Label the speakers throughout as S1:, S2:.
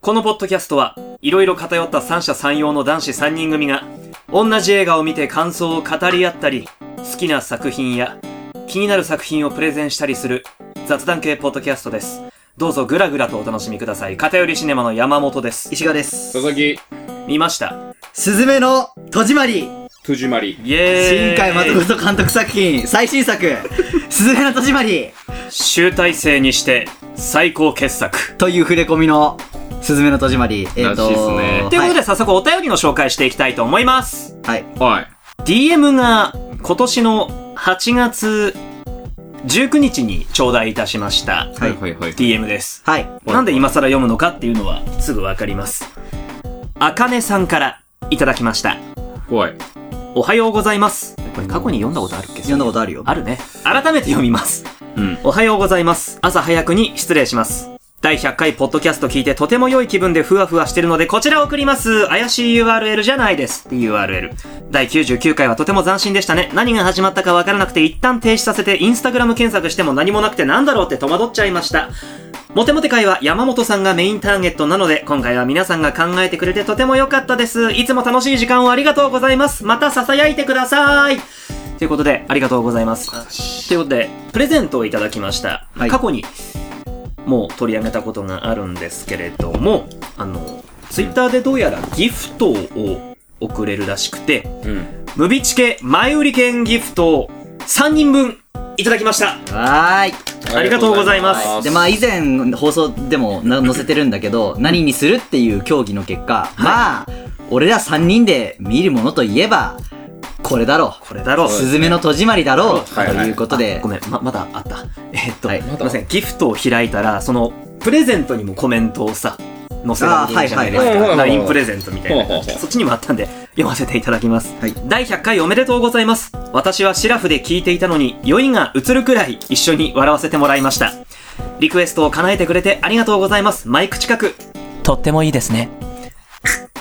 S1: このポッドキャストはいろいろ偏った三者三様の男子3人組が同じ映画を見て感想を語り合ったり好きな作品や気になる作品をプレゼンしたりする雑談系ポッドキャストですどうぞグラグラとお楽しみください偏りシネマの山本です
S2: 石川です。
S3: 佐々木、
S1: 見ました
S2: すずめの戸締まり
S3: 藤丸。
S1: イエーイ
S2: 新海誠監督作品、最新 作、すずめの戸締まり
S1: 集大成にして最高傑作
S2: という触れ込みの、すずめの戸締まり。えっ、と、
S3: らしいっすね
S1: ということで早速お便りの紹介していきたいと思います
S2: はい。
S3: はい。
S1: DM が今年の8月19日に頂戴いたしました
S2: はい。はい。
S3: はいはい。
S1: DM です。
S2: はい。
S3: はい
S1: なんで今更読むのかっていうのはすぐわかります。あかねさんからいただきました。
S3: 怖い。
S1: おはようございます。これ過去に読んだことあるっけ
S2: 読んだことあるよ。
S1: あるね。改めて読みます。
S3: うん。
S1: おはようございます。朝早くに失礼します。第100回ポッドキャスト聞いてとても良い気分でふわふわしてるのでこちらを送ります。怪しい URL じゃないです。っていう URL。第99回はとても斬新でしたね。何が始まったかわからなくて一旦停止させてインスタグラム検索しても何もなくてなんだろうって戸惑っちゃいました。モテモテ会は山本さんがメインターゲットなので、今回は皆さんが考えてくれてとても良かったです。いつも楽しい時間をありがとうございます。また囁いてください。ということで、ありがとうございます。ということで、プレゼントをいただきました。
S2: はい
S1: 過去にもう取り上げたことがあるんですけれども、あの、ツイッターでどうやらギフトを送れるらしくて、
S3: うん。
S1: ムビチケ前売り券ギフトを3人分いただきました。
S2: はーい。
S1: ありがとうございます
S2: で、まあ以前放送でもな載せてるんだけど、何にするっていう競技の結果、まあ、俺ら3人で見るものといえば、これだろ
S1: これだろ
S2: う。
S1: う。
S2: すずめの戸締まりだろう。と
S3: はいはい
S2: いうことで、
S1: ごめん、ま、まだあった。えーっと、
S2: はい
S1: すいません、ギフトを開いたら、その、プレゼントにもコメントをさ、載せられるじゃないです
S3: あーはいはい
S1: か。
S3: はい
S1: LINE プレゼントみたいな感じ
S3: ほうほうほ
S1: で。
S3: う
S1: そっちにもあったんで、読ませていただきます。
S2: はい
S1: 第100回おめでとうございます。私はシラフで聞いていたのに、酔いが映るくらい一緒に笑わせてもらいました。リクエストを叶えてくれてありがとうございます。マイク近く。とってもいいですね。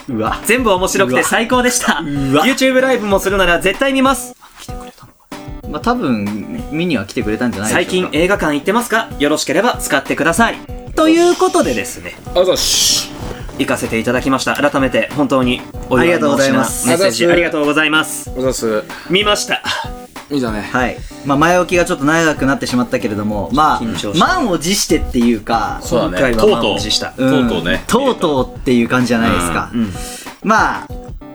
S2: うわ。
S1: 全部面白くて最高でした。
S2: うわ
S1: YouTube ライブもするなら絶対見ます。来てくれたの
S2: まあ多分、見には来てくれたんじゃないで
S1: 最
S2: しょう
S1: 近
S2: か。
S1: 映画館行ってますかよろしければ使ってください。ということでですね、
S3: あざっし。
S1: 行かせていただきました。改めて本当にお
S2: あり
S1: 祝
S2: が
S1: い
S2: とう
S1: の
S2: ござい
S1: 品メッ
S2: ます
S1: セージ
S3: あ
S1: あり
S3: り
S1: が
S3: が
S1: とうございます。
S3: あざっす。
S1: 見ました。
S3: いいだね。
S2: はい。まあ前置きがちょっと長くなってしまったけれども、まあ
S1: 緊張し、た
S2: 満を持してっていうか、
S3: そうだね
S1: 今回は
S3: とうとう
S1: 満を持した。
S2: ん
S3: とうとうね
S2: とうとうっていう感じじゃないですか。
S1: うん。
S2: まあ、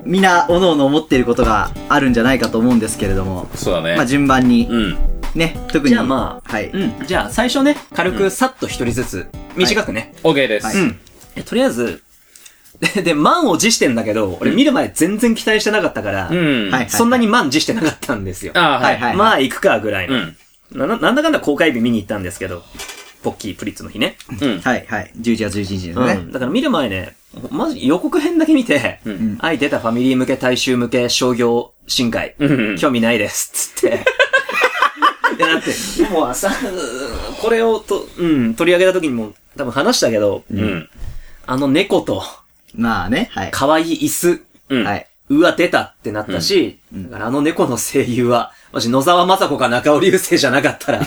S2: みんな、おのおの思っていることがあるんじゃないかと思うんですけれども、
S3: そうだね。
S2: まあ順番に、
S3: うん。
S2: ね、特に。
S1: じゃあまあ、
S2: はい。
S1: うん。じゃあ最初ね、軽くさっと一人ずつ、短くね。
S3: OK です。
S2: はい
S1: うん。えとりあえず、 で、で満を持してんだけど、俺見る前全然期待してなかったから、
S3: うん。
S2: はい
S1: そんなに満持してなかったんですよ。
S3: ああ、は
S2: はいはい
S3: い。
S1: まあ行くかぐらいうの。
S3: ん。
S1: な、ななんだかんだ公開日見に行ったんですけど、ポッキープリッツの日ね。
S3: うん。
S2: はいはい。11月11日です
S1: う
S2: ね
S1: ん。。だから見る前ね、まじ予告編だけ見て、
S3: うん
S2: ん
S1: 愛出たファミリー向け、大衆向け、商業、深海、
S3: うん
S1: 興味ないです、つ って。いや、だって、もう朝、これをと、うん、取り上げた時にも多分話したけど、
S3: うん。
S1: あの猫と、
S2: まあね、はい。
S1: 可愛い椅子、
S3: うん。
S2: は
S3: はい。
S2: い。
S1: うわ、出たってなったし、だからあの猫の声優は、もし野沢雅子か中尾流星じゃなか ったら、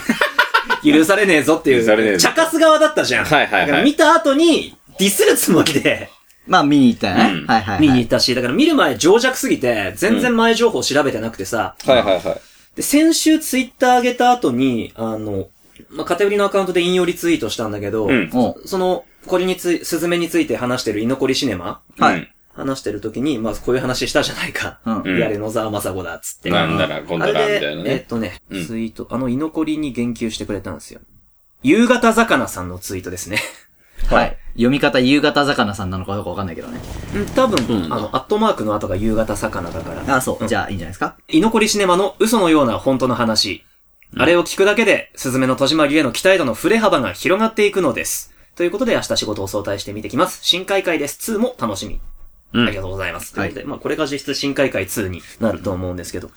S1: 許されねえぞっていう、
S3: 許されねえぞ
S1: 茶化す側だったじゃん。
S3: はいはいはい
S1: だから見た後に、ディスるつもりで、
S2: まあ見に行ったよね。
S3: うん
S2: はいはいはい。
S1: 見に行ったし、だから見る前情弱すぎて、全然前情報調べてなくてさ、
S3: はいはいはい。
S1: で、先週ツイッター上げた後に、あの、まあ、偏りのアカウントで引用リツイートしたんだけど、
S3: うん。
S2: おう
S1: その、これについ、スズメについて話してる居残りシネマ
S2: はい
S3: うん。
S1: 話してる時に、まあ、こういう話したじゃないか。
S2: うん。
S3: ん
S1: やれ野沢雅子だ、つって。
S3: なんだら、こん
S1: あ
S3: だ
S1: れ
S3: ら、みた
S1: で
S3: いな、
S1: えっ
S3: ね。
S1: とね、
S3: うん
S1: ツイート、あの居残りに言及してくれたんですよ。夕方魚さんのツイート ですね。
S2: はい。読み方、夕方魚さんなのかどうかわかんないけどね。
S1: うん多分、
S3: うん
S1: あの、アットマークの後が夕方魚だから。
S2: あ、そう。じゃあ、いいんじゃないですか。
S1: 居残りシネマの嘘のような本当の話。あれを聞くだけで、スズメの戸締まりへの期待度の触れ幅が広がっていくのです。ということで、明日仕事を早退して見てきます。新海会です。2も楽しみ。
S3: うん
S1: ありがとうございます。
S2: はい
S1: ということで、まあ、これが実質新海会2になると思うんですけど、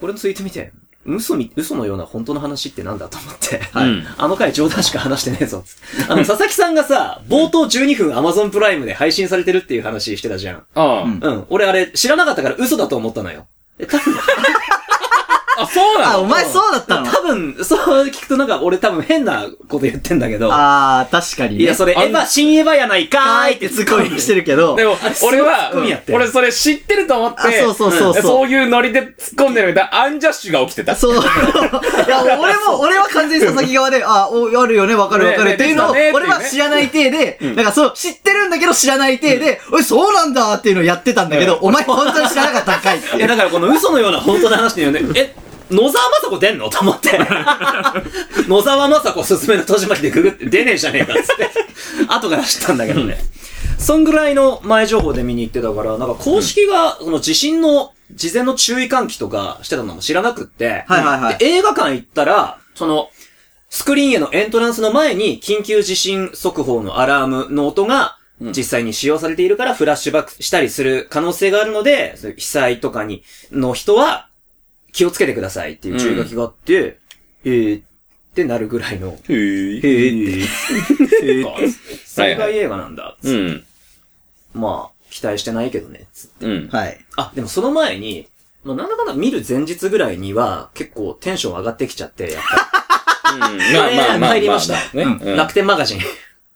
S1: これのツイート見て、嘘み、嘘のような本当の話ってなんだと思って、
S2: はい
S3: うん
S1: あの回冗談しか話してねえぞ。つってあの、佐々木さんがさ、冒頭12分 Amazon プライムで配信されてるっていう話してたじゃん。
S3: ああ
S2: うん
S1: うん。俺あれ知らなかったから嘘だと思ったのよ。え、多分、
S3: あ、そうな
S2: あ、お
S3: の
S2: 前そうだったの
S1: 多分、そう聞くとなんか俺多分変なこと言ってんだけど、
S2: あー、確かにね。
S1: いや、それ、エ
S3: あん
S1: ヴァ、新エヴァやないか
S2: は
S1: ー
S2: ー
S1: い
S2: い
S1: っ
S2: ってて
S1: ツ
S2: ツ
S1: ッ
S2: ッ
S1: コ
S2: コ
S1: ミ
S2: ミしてるけど。
S3: でも
S1: す、
S3: 俺は、
S1: ツッコミやって
S3: 俺それ知ってると思って、
S2: あそうそうそうそうん
S3: そういうノリで突っ込んでるみたいな、アンジャッシュが起きてた。
S2: そう。い や、俺も、俺は完全に佐々木側で、あ、お、あるよね、わかるわかる
S3: ね
S2: っていうのを、
S3: ねね
S2: 俺は知らない体で、なんかそう、知ってるんだけど知らない体で、おい、そうなんだっていうのをやってたんだけど、お前本当に知らなかったんかいって。
S1: いや、だからこの嘘のような本当の話で言うね、え、野沢雅子出んの と思 って。野沢雅子すすめの戸締まりでググって出ねえじゃねえかっつ って。後から知ったんだけどね。そんぐらいの前情報で見に行ってたから、なんか公式が、その地震の事前の注意喚起とかしてたのも知らなくって、
S2: はいはいはい
S1: で映画館行ったら、その、スクリーンへのエントランスの前に緊急地震速報のアラームの音が実際に使用されているからフラッシュバックしたりする可能性があるので、そういう被災とかに、の人は気をつけてくださいっていう注意書きがあって、えーってなるぐらいの、
S3: へ
S1: え
S3: ぇ
S1: ーって、
S3: はい
S1: 災
S3: は
S1: 害
S3: い。
S1: 映画なんだ。
S3: うん。
S1: まあ、期待してないけどね。つ
S3: うん。
S2: はい。
S1: あ、でもその前に、まあ、なんだかんだ見る前日ぐらいには、結構テンション上がってきちゃって、やっぱ
S3: まあまあまあまあまあ。
S1: 参りました
S3: ね。
S2: うん
S1: り
S3: うん
S1: 楽天マガジン。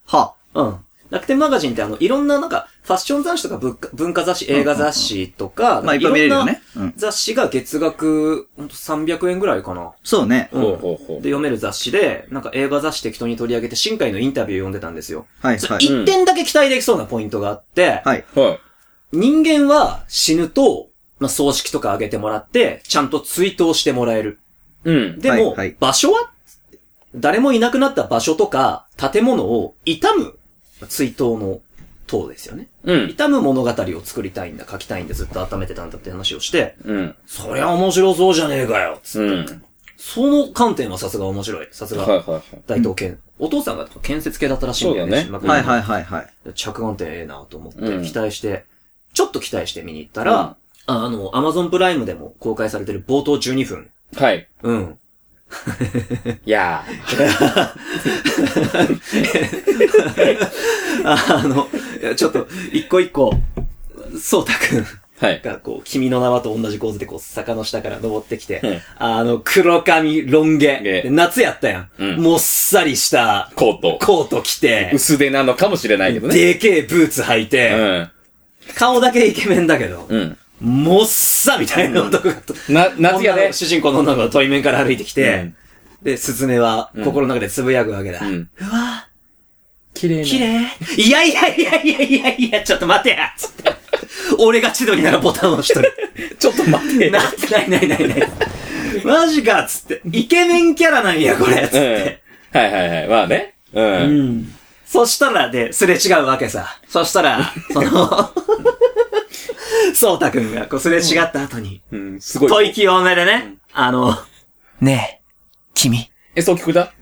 S2: は。
S1: うん。楽天マガジンってあの、いろんななんか、ファッション雑誌とか文化文化雑誌、映画雑誌とか、
S2: まあ、いっぱい見れるよね。
S1: いろんな
S2: うん。
S1: 雑誌が月額、ほんと300円ぐらいかな。
S2: そうね。
S1: うん
S3: ほうほうほう。
S1: で読める雑誌で、なんか映画雑誌適当に取り上げて、新海のインタビューを読んでたんですよ。
S2: はい
S1: それ
S2: はい。
S1: 一点だけ期待できそうなポイントがあって、
S2: はい。
S3: はい。
S1: 人間は死ぬと、まあ、葬式とかあげてもらって、ちゃんと追悼してもらえる。
S3: うん。
S1: でも、
S2: はいはい
S1: 場所は誰もいなくなった場所とか、建物を悼む追悼の塔ですよね。
S3: うん。
S1: 悼む物語を作りたいんだ、書きたいんだ、ずっと温めてたんだって話をして、
S3: うん。
S1: そりゃ面白そうじゃねえかよ、つって
S3: うん。
S1: その観点はさすが面白い。さす
S3: はいは
S1: が、
S3: いはい。
S1: 大東建、お父さんが建設系だったらしいんだよね。
S3: そう
S1: 島
S3: だね
S1: 君
S2: はいはいはいはい。
S1: 着眼点ええなと思って、
S3: うん
S1: 期待して、ちょっと期待して見に行ったら、ああの、アマゾンプライムでも公開されてる冒頭12分。
S3: はい。
S1: うん。
S3: いや
S1: ああの、いやちょっと、一個一個、そうたくん。
S3: ー。はい。
S1: が、こう、君の名はと同じ構図で、こう、坂の下から登ってき
S3: うん
S1: て、あの、黒髪、ロン毛。
S3: ね
S1: で夏やったや
S3: うん
S1: ん。もっさりした、
S3: コート。
S1: コート着て、
S3: 薄手なのかもしれないけどね。
S1: でけえブーツ履いうて、
S3: ん。
S1: 顔だけイケメンだけど、
S3: うん。
S1: もっさみたいな男が、
S3: な、夏や
S1: 女
S3: ね
S1: の。主人公の女の子が対面から歩いてきて、で、スズメは
S3: うん
S1: 心の中でつぶやくわけだ。
S3: う。
S1: うんわ
S3: 綺麗
S1: ぁ、綺麗。いやいやいやいやいやいや、ちょっと待てやつって。俺が千鳥ならボタンを押しとる。
S3: ちょっと待って。
S1: な、ないないないない。マジかっつって。イケメンキャラなんや、これっつっ
S3: うん。
S1: て。
S3: はいはいはい。まあね。う。
S1: うんん。そしたら、で、すれ違うわけさ。そしたら、その、そうたくんが、こう、すれ違った後に、
S3: うん。すご
S1: 吐
S3: い。
S1: 息多めでね、あの、ねえ、君。
S3: え、そう聞こえた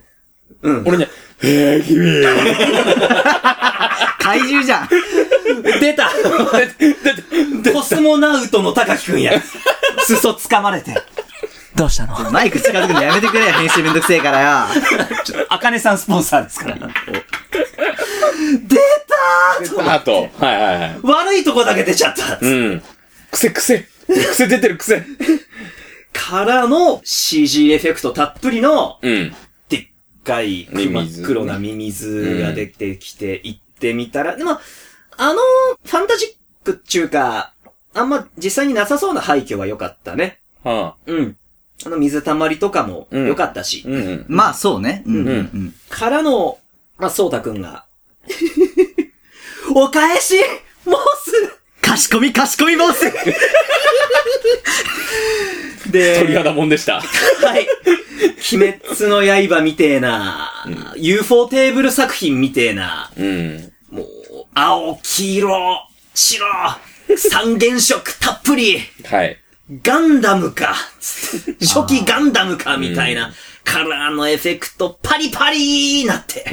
S1: うん。
S3: 俺ね、えー、君。
S2: 怪獣じゃん。
S1: 出たコスモナウトの高木くん や。裾掴まれて。どうしたの
S2: マイク近づくのやめてくれよ、編集めんどくせえからよ。
S1: あかねさんスポンサーですから。
S3: あと。はいはいはい。
S1: 悪いとこだけ出ちゃった。
S3: うん。癖癖。癖出てる癖。
S1: からの CG エフェクトたっぷりの、
S3: うん。
S1: でっかい
S3: ミ
S1: 真
S3: ミ
S1: っ
S3: ズ
S1: 黒なミミズが出てきて行ってみたら、でも、あの、ファンタジックっちゅうか、あんま実際になさそうな廃墟は良かったね。
S3: はあ。
S1: うん。あの水たまりとかも
S3: うん
S1: 良かったし、
S3: うんうん。
S2: まあ、そうね。うん。
S3: うん
S2: うん。
S1: からの、まあ、そうたくんが、 お返しもうす
S2: かしこみ、かしこみボス
S1: ぐで、
S3: 鳥肌もんでした。
S1: はい。鬼滅の刃みてえな、UFO テーブル作品みてえな、
S3: うん。
S1: もう、青、黄色、白、三原色たっぷり、
S3: はい。
S1: ガンダムか、初期ガンダムか、みたいな、カラーのエフェクトパリパリーなって、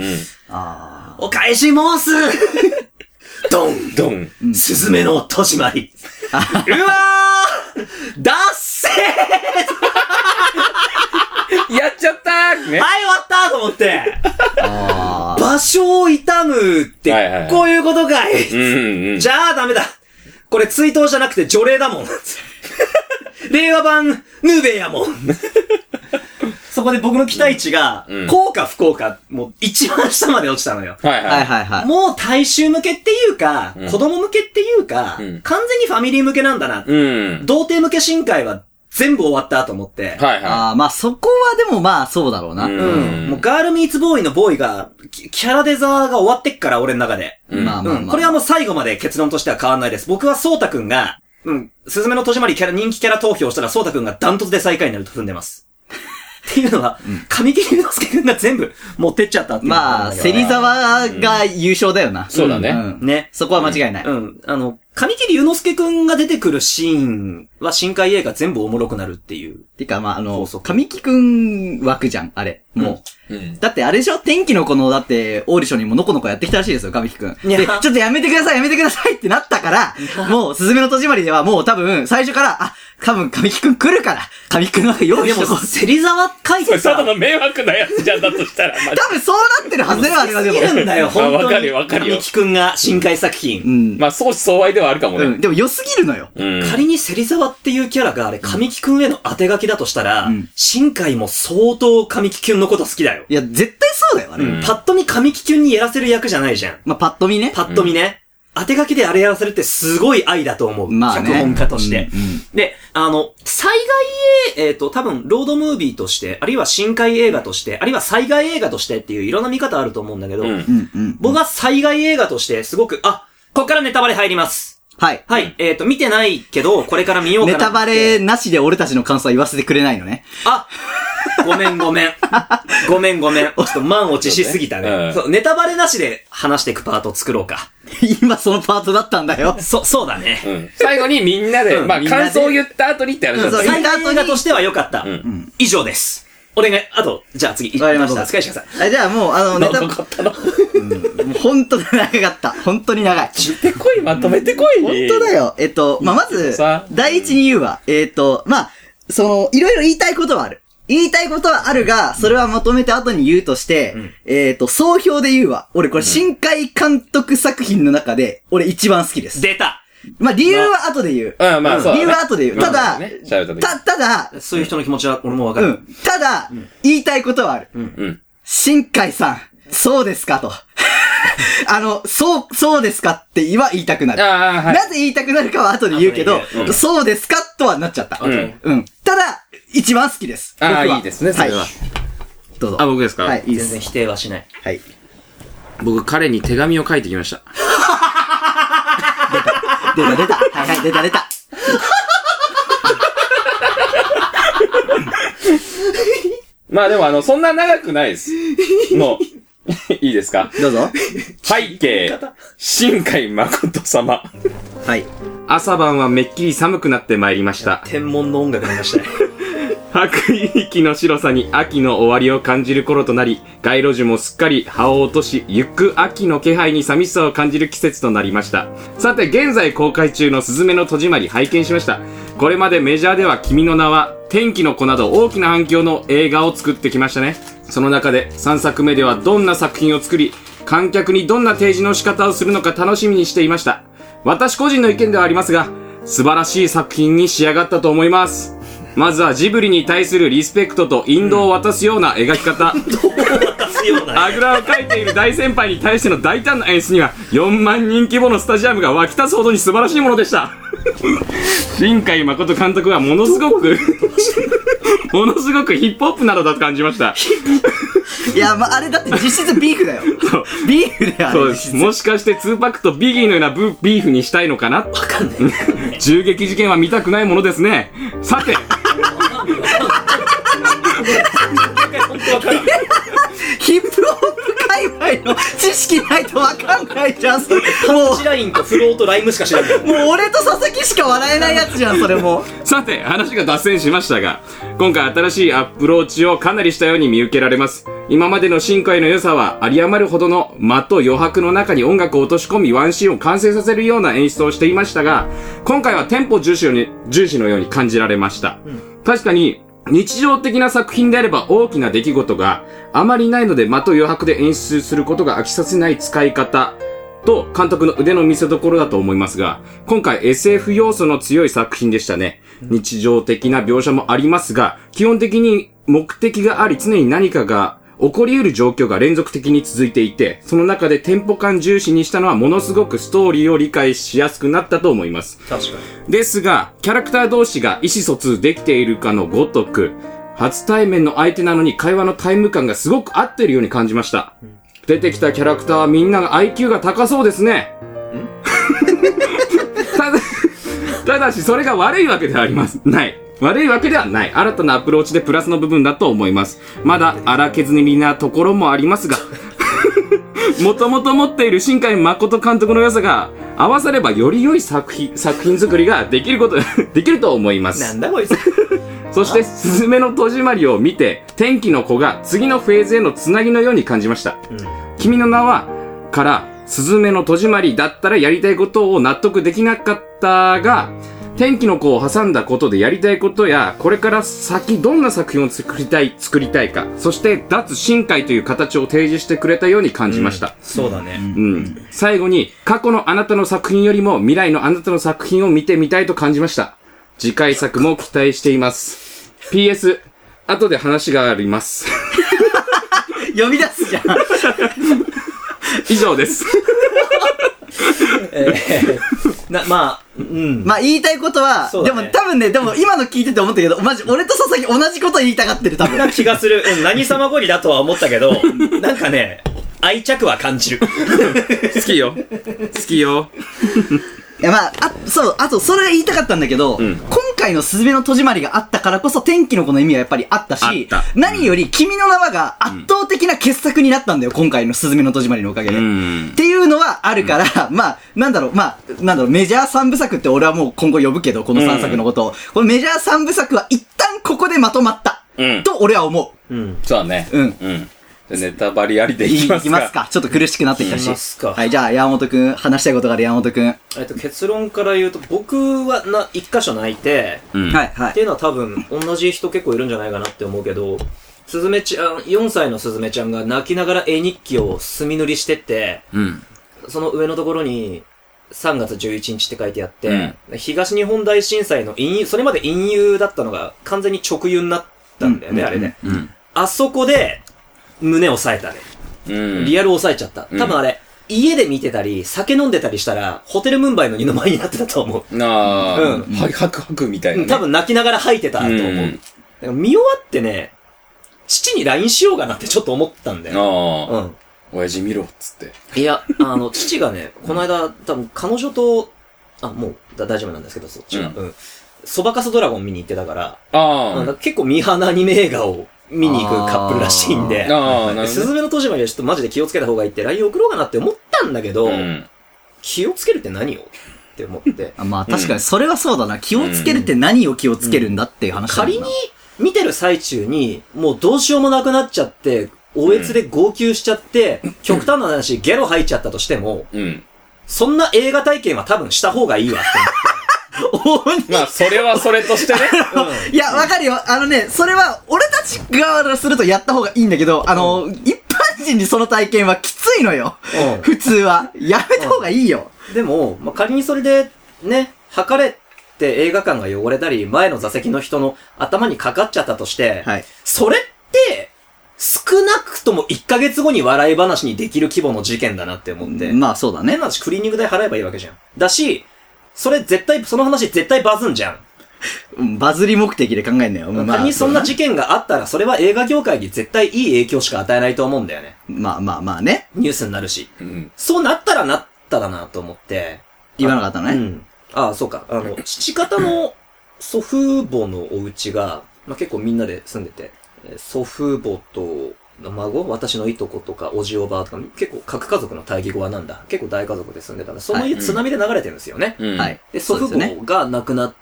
S2: あ
S1: お返し申すドン
S3: ドン。
S1: スズメの戸締まり。うわーだっせー
S3: やっちゃったーね。
S1: はい、終わったーと思って。
S2: ーあー。
S1: 場所を痛むっ
S3: はいはいは
S1: て
S3: い、
S1: こういうことかい。
S3: うんうん うん。
S1: じゃあダメだ。これ追悼じゃなくて除霊だもん。令和版、ヌベやもん。 そこで僕の期待値が
S4: うん、
S1: 効果不効果、もう一番下まで落ちたのよ。
S4: はい
S2: は
S4: はいい。
S2: はいはい。
S1: もう大衆向けっていうか、
S4: うん
S1: 子供向けっていうか、
S4: うん
S1: 完全にファミリー向けなんだな。
S4: うん。
S1: 童貞向け深海は全部終わったと思って。
S4: はいは
S2: ああ、まあそこはでもまあそうだろうな。
S4: うん
S1: う
S4: うん
S1: ん。もうガールミーツボーイのボーイが、キキャラデザーが終わってっから、俺の中で。
S4: い。うん
S2: まあ
S1: うん。これはもう最後まで結論としては変わんないです。僕はソータくんが、うん。スズメの戸締まりキャラ、人気キャラ投票をしたら、ソータくんがダントツで最下位になると踏んでます。っ ていうのは、神木隆之介くんが全部持ってっちゃったっていうのが
S2: ま
S1: る
S2: あ、
S1: んだけど
S2: 芹沢が優勝だよな。
S4: そうだね
S2: ん
S1: ね
S2: そこは間違いない。
S1: うん。あの、神木隆之介くんが出てくるシーンは深海映画全部おもろくなるっていう。
S2: てか、まあ、あ
S1: そ
S2: の
S1: うそう、
S2: 神木くん枠じゃん、あれ。も
S4: うん
S2: う。だって、あれでしょ天気の子の、だって、オーディションにものこのこやってきたらしいですよ、神木くん。
S1: いや
S2: で、ちょっとやめてください、やめてくださいってなったから、もう、すずめの戸締まりでは、もう多分、最初から、あ、多分神木くん来るから、神木くんの枠用意
S1: で
S2: し
S1: も
S2: と こう、。
S1: 芹沢書い
S4: それ
S1: て
S4: た
S1: さ
S4: だ、の迷惑なやつじゃんだとしたら、まあ
S2: 多分そうなってるはずだよ、あれはでも。
S1: 好きなん だよ、
S4: あ
S1: 本
S4: わ
S1: 当
S4: か
S1: に。
S4: るよわかるよ
S1: 神木くんが深海作品。
S2: うん。
S4: まあ、相思相愛ではあるかも
S2: う
S4: ね。
S2: ん。でも良すぎるのよ。
S4: うん。
S1: 仮に芹沢っていうキャラがあれ、神木くんへの当て書きだとしたら、
S2: うん
S1: 新海も相当神木くんのこと好きだよ。
S2: いや、絶対そうだよ、あれ。
S4: うん
S1: パッと見神木くんにやらせる役じゃないじゃん。
S2: まあ、パッと見ね。
S1: パッと見ね。当て書きであれやらせるってすごい愛だと思う。
S2: まあね。
S1: 脚本家として。
S2: うんうん
S1: で、あの、災害映えっ、と、多分、ロードムービーとして、あるいは深海映画として、あるいは災害映画としてっていういろんな見方あると思うんだけど、
S4: うん
S2: うんうん。
S1: 僕は災害映画としてすごく、あ、こっからネタバレ入ります。
S2: はい。
S1: はい、えっ、と、見てないけど、これから見ようか
S2: ネ
S1: なって。
S2: タバレなしで俺たちの感想は言わせてくれないのね。
S1: あごめんごめん。ごめんごめん。ちょっと満落ちしすぎたね。
S4: うん
S1: そう、ネタバレなしで話していくパート作ろうか。
S2: 今そのパートだったん だよ。
S1: そ、そうだね。
S4: うん最後にみんなで、
S1: うん
S4: まあ、
S2: みんなで
S4: 感想を言った後にって話だっ
S2: んそう
S4: た
S1: 災
S2: 言った後
S1: 害映
S2: に
S1: 画としては良かった。
S4: ん
S1: 以上です。お願い、あと、じゃあ次、
S2: わかりました
S1: どうぞ塚石さん。
S2: あじゃあもう、あの、ネタ、
S4: 長
S2: も
S4: かったな。
S2: う 本当に長かった。本当に長い。
S4: 出てこい、まとめてこい。
S2: 本当だ。よ。えっと、まあ、まず
S4: さ、
S2: 第一に言うは、えっと、まあ、その、いろいろ言いたいことはある。言いたいことはあるが、それはまとめて後に言うとして、えっと、総評で言うは、俺これ深海監督作品の中で、俺一番好きです。
S1: 出た
S2: まあ、理由は後で言う。
S4: うん、まあ、そうだね。
S2: 理由は後で言う。ただ、
S4: ね喋った時
S2: た、ただ、
S1: そういう人の気持ちは俺もわか
S2: う
S1: る。
S2: ん。ただ、言いたいことはある。
S4: うん。
S2: 新海さん、そうですかと。 あの、そう、そうですかって言は言いたくな
S4: あ
S2: る。
S4: あ、はい。
S2: なぜ言いたくなるかは後で言うけど
S1: 後で、
S4: うん
S2: そうですかとはなっちゃった。
S4: う
S2: うんん。ただ、一番好きです。
S4: あー
S2: 僕はい
S4: いですねそれは
S2: はい。どうぞ。
S3: あ、僕ですか
S2: はい、いいで
S1: 全
S2: す
S1: 然。否定はしない。
S2: はい。
S3: 僕、彼に手紙を書いてきました。
S2: 出た出た。はいはい、出た出た。
S4: まあでも、あの、そんな長くないです。もう、 いいですか
S2: どうぞ。
S4: 背景、新海誠様。
S2: はい。
S3: 朝晩はめっきり寒くなってまいりました。
S1: 天文の音楽流 したい。
S3: 白衣域の白さに秋の終わりを感じる頃となり、街路樹もすっかり葉を落とし、ゆく秋の気配に寂しさを感じる季節となりました。さて、現在公開中のスズメの戸締まり拝見しました。これまでメジャーでは君の名は、天気の子など大きな反響の映画を作ってきましたね。その中で3作目ではどんな作品を作り、観客にどんな提示の仕方をするのか楽しみにしていました。私個人の意見ではありますが、素晴らしい作品に仕上がったと思います。まずはジブリに対するリスペクトと引導を渡すような描き方。
S1: 出すような。
S3: あぐらをかいている大先輩に対しての大胆な演出には4万人規模のスタジアムが沸き立つほどに素晴らしいものでした新海誠監督はものす ごくものすごくヒップホップなどだと感じました
S2: いや、まあ、あれだって実質ビーフだよ。ビーフだよ。あれ
S3: そうです。もしかして2パックとビギーのようなブビーフにしたいのかなわかんない。 銃撃事件は見たくないものですね。さて。
S2: ヒップホップ界隈の知識ないとわかんないじゃん、それ。もう、
S1: シラインとフローとライムしか知らない。
S2: もう俺と佐々木しか笑えないやつじゃん、それもう。
S3: さて、話が脱線しましたが、今回新しいアプローチをかなりしたように見受けられます。今までの新海の良さは、有り余るほどの間と余白の中に音楽を落とし込み、ワンシーンを完成させるような演出をしていましたが、今回はテンポ重視ように重視のように感じられました。確かに、日常的な作品であれば大きな出来事があまりないので間と余白で演出することが飽きさせない使い方と監督の腕の見せ所だと思いますが、今回 SF 要素の強い作品でしたね。日常的な描写もありますが、基本的に目的があり常に何かが起こり得る状況が連続的に続いていて、その中でテンポ感重視にしたのはものすごくストーリーを理解しやすくなったと思います。
S1: 確かに。
S3: ですが、キャラクター同士が意思疎通できているかのごとく、初対面の相手なのに会話のタイム感がすごく合っているように感じました。出てきたキャラクターはみんなが IQ が高そうですね。ただ、ただしそれが悪いわけではあります。ない。悪いわけではない。新たなアプローチでプラスの部分だと思います。まだ荒削りなところもありますが、 もともと持っている新海誠監督の良さが合わさればより良い作品、作品作りができること、 できると思います。
S1: なんだこいつ。
S3: そして、すずめの戸締まりを見て、天気の子が次のフェーズへのつなぎのように感じました。君の名は、から、すずめの戸締まりだったらやりたいことを納得できなかったが、天気の子を挟んだことでやりたいことや、これから先どんな作品を作りたい、作りたいか、そして脱深海という形を提示してくれたように感じました。
S1: そうだ ね。
S3: うん。最後に、過去のあなたの作品よりも未来のあなたの作品を見てみたいと感じました。次回作も期待しています。PS、後で話があります。
S2: 呼び出すじゃん。
S3: 以上です。
S1: な、まあ、うん。
S2: まあ言いたいことは、
S1: そう
S2: で
S1: だね
S2: も多分ね、でも今の聞いてて思ったけど、マジ、俺と佐々木同じこと言いたがってる、多分。
S1: な気がする。うん、何様ゴリだとは思ったけど、 なんかね、愛着は感じる。
S3: 好きよ。好きよ。
S2: いやまあ、あ、そう、あとそれ言いたかったんだけど、今回のスズメの戸締まりがあったからこそ天気の子の意味はやっぱりあったし、
S3: あった
S2: 何より君の名はが圧倒的な傑作になったんだよ、今回のスズメの戸締まりのおかげで。
S3: うん
S2: っ。ていうのはあるから、 まあ、なんだろう、まあ、なんだろう、メジャー三部作って俺はもう今後呼ぶけど、この三作のことを。このメジャー三部作は一旦ここでまとまった。
S5: うん
S2: と俺は思う。
S5: そうだね。
S2: うん。
S5: うん。じゃあネタバリありでい
S2: い
S5: きますか。
S2: きますか。ちょっと苦しくなってきたし。
S1: いきますか
S2: はい、じゃあ、山本くん、話したいことがある山本くん。は
S1: えっと、結論から言うと、僕はな、一箇所泣いて、
S3: うん。
S2: い、は
S1: っ
S2: い。
S1: ていうのは多分、同じ人結構いるんじゃないかなって思うけど、すずめちゃん、4歳のすずめちゃんが泣きながら絵日記を墨塗りしてって、
S3: うん。
S1: その上のところに、3月11日って書いてあって、
S3: う
S1: 東日本大震災の陰それまで陰誘だったのが完全に直誘になったんだよね、
S2: うん
S1: あれね。
S3: うん。
S1: あそこで、胸押さえたね。
S5: うん。
S1: リアル押さえちゃった。
S5: うん
S1: 多分あれ、家で見てたり、酒飲んでたりしたら、ホテルムンバイの二の舞になってたと思う。
S5: なあ、
S1: うん
S5: はい、はくはくみたいな、
S1: う
S5: ね。
S1: ん多分泣きながら吐いてたと思
S5: う
S1: う。
S5: ん
S1: だから見終わってね、父に LINE しようかなってちょっと思ったんだよ。
S5: ああ、
S1: うん。
S5: 親父見ろ、っつって。
S1: いや、あの、 父がね、この間、多分彼女と、あ、もうだ大丈夫なんですけど、そっちは。
S5: うん
S1: うん。そばかすドラゴン見に行ってたから、なん
S5: あ
S1: か結構ミーハーなアニメ映画を見に行くカップルらしいんで、
S5: あ、ああ、なる
S1: す
S5: ほ
S1: ず
S5: ど、ね。
S1: めの戸締まりはちょっとマジで気をつけた方がいいって LINE 送ろうかなって思ったんだけど、
S5: うん。
S1: 気をつけるって何をって思 って。
S2: あまあ、確かにそれはそうだな。気をつけるって何を気をつけるんだっていう話だもん
S1: 仮
S2: な
S1: に見てる最中に、もうどうしようもなくなっちゃって、おえつで号泣しちゃって、極端な話、ゲロ吐いちゃったとしても、
S5: うん。
S1: そんな映画体験は多分した方がいいわ
S5: まあ、それはそれと してね。
S1: って思って。
S2: いや、わかるよ。あのね、それは、俺たち側からするとやった方がいいんだけど、あの、一般人にその体験はきついのよ。
S1: うん
S2: 普通は。やめた方がいいよ。
S1: うんでも、まあ、仮にそれで、ね、吐かれて映画館が汚れたり、前の座席の人の頭にかかっちゃったとして、
S2: はい。
S1: それって、少なくとも1ヶ月後に笑い話にできる規模の事件だなって思って。
S2: まあ、そうだ
S1: ね、
S2: ね。
S1: なしクリーニング代払えばいいわけじゃん。だし、それ絶対、その話絶対バズんじゃん。
S2: うんバズり目的で考えんなよ。まあ、
S1: 仮にそんな事件があったら、それは映画業界に絶対いい影響しか与えないと思うんだよね。
S2: まあまあまあね。
S1: ニュースになるし。
S5: うん。
S1: そうなったらなったらなと思って。
S2: 言わなかったの
S1: う
S2: ね。
S1: ん。ああ、そうか。あの、父方の祖父母のお家が、まあ、結構みんなで住んでて、えー祖父母と、孫私のいとことか、おじおばとか、結構各家族の対義語はなんだ結構大家族で住んでたら、その家
S5: はい
S1: 津波で流れてるんですよね。
S5: うん。
S2: はい。
S1: で、祖
S2: そうで
S1: 父
S2: すよね。
S1: 母が亡くなっ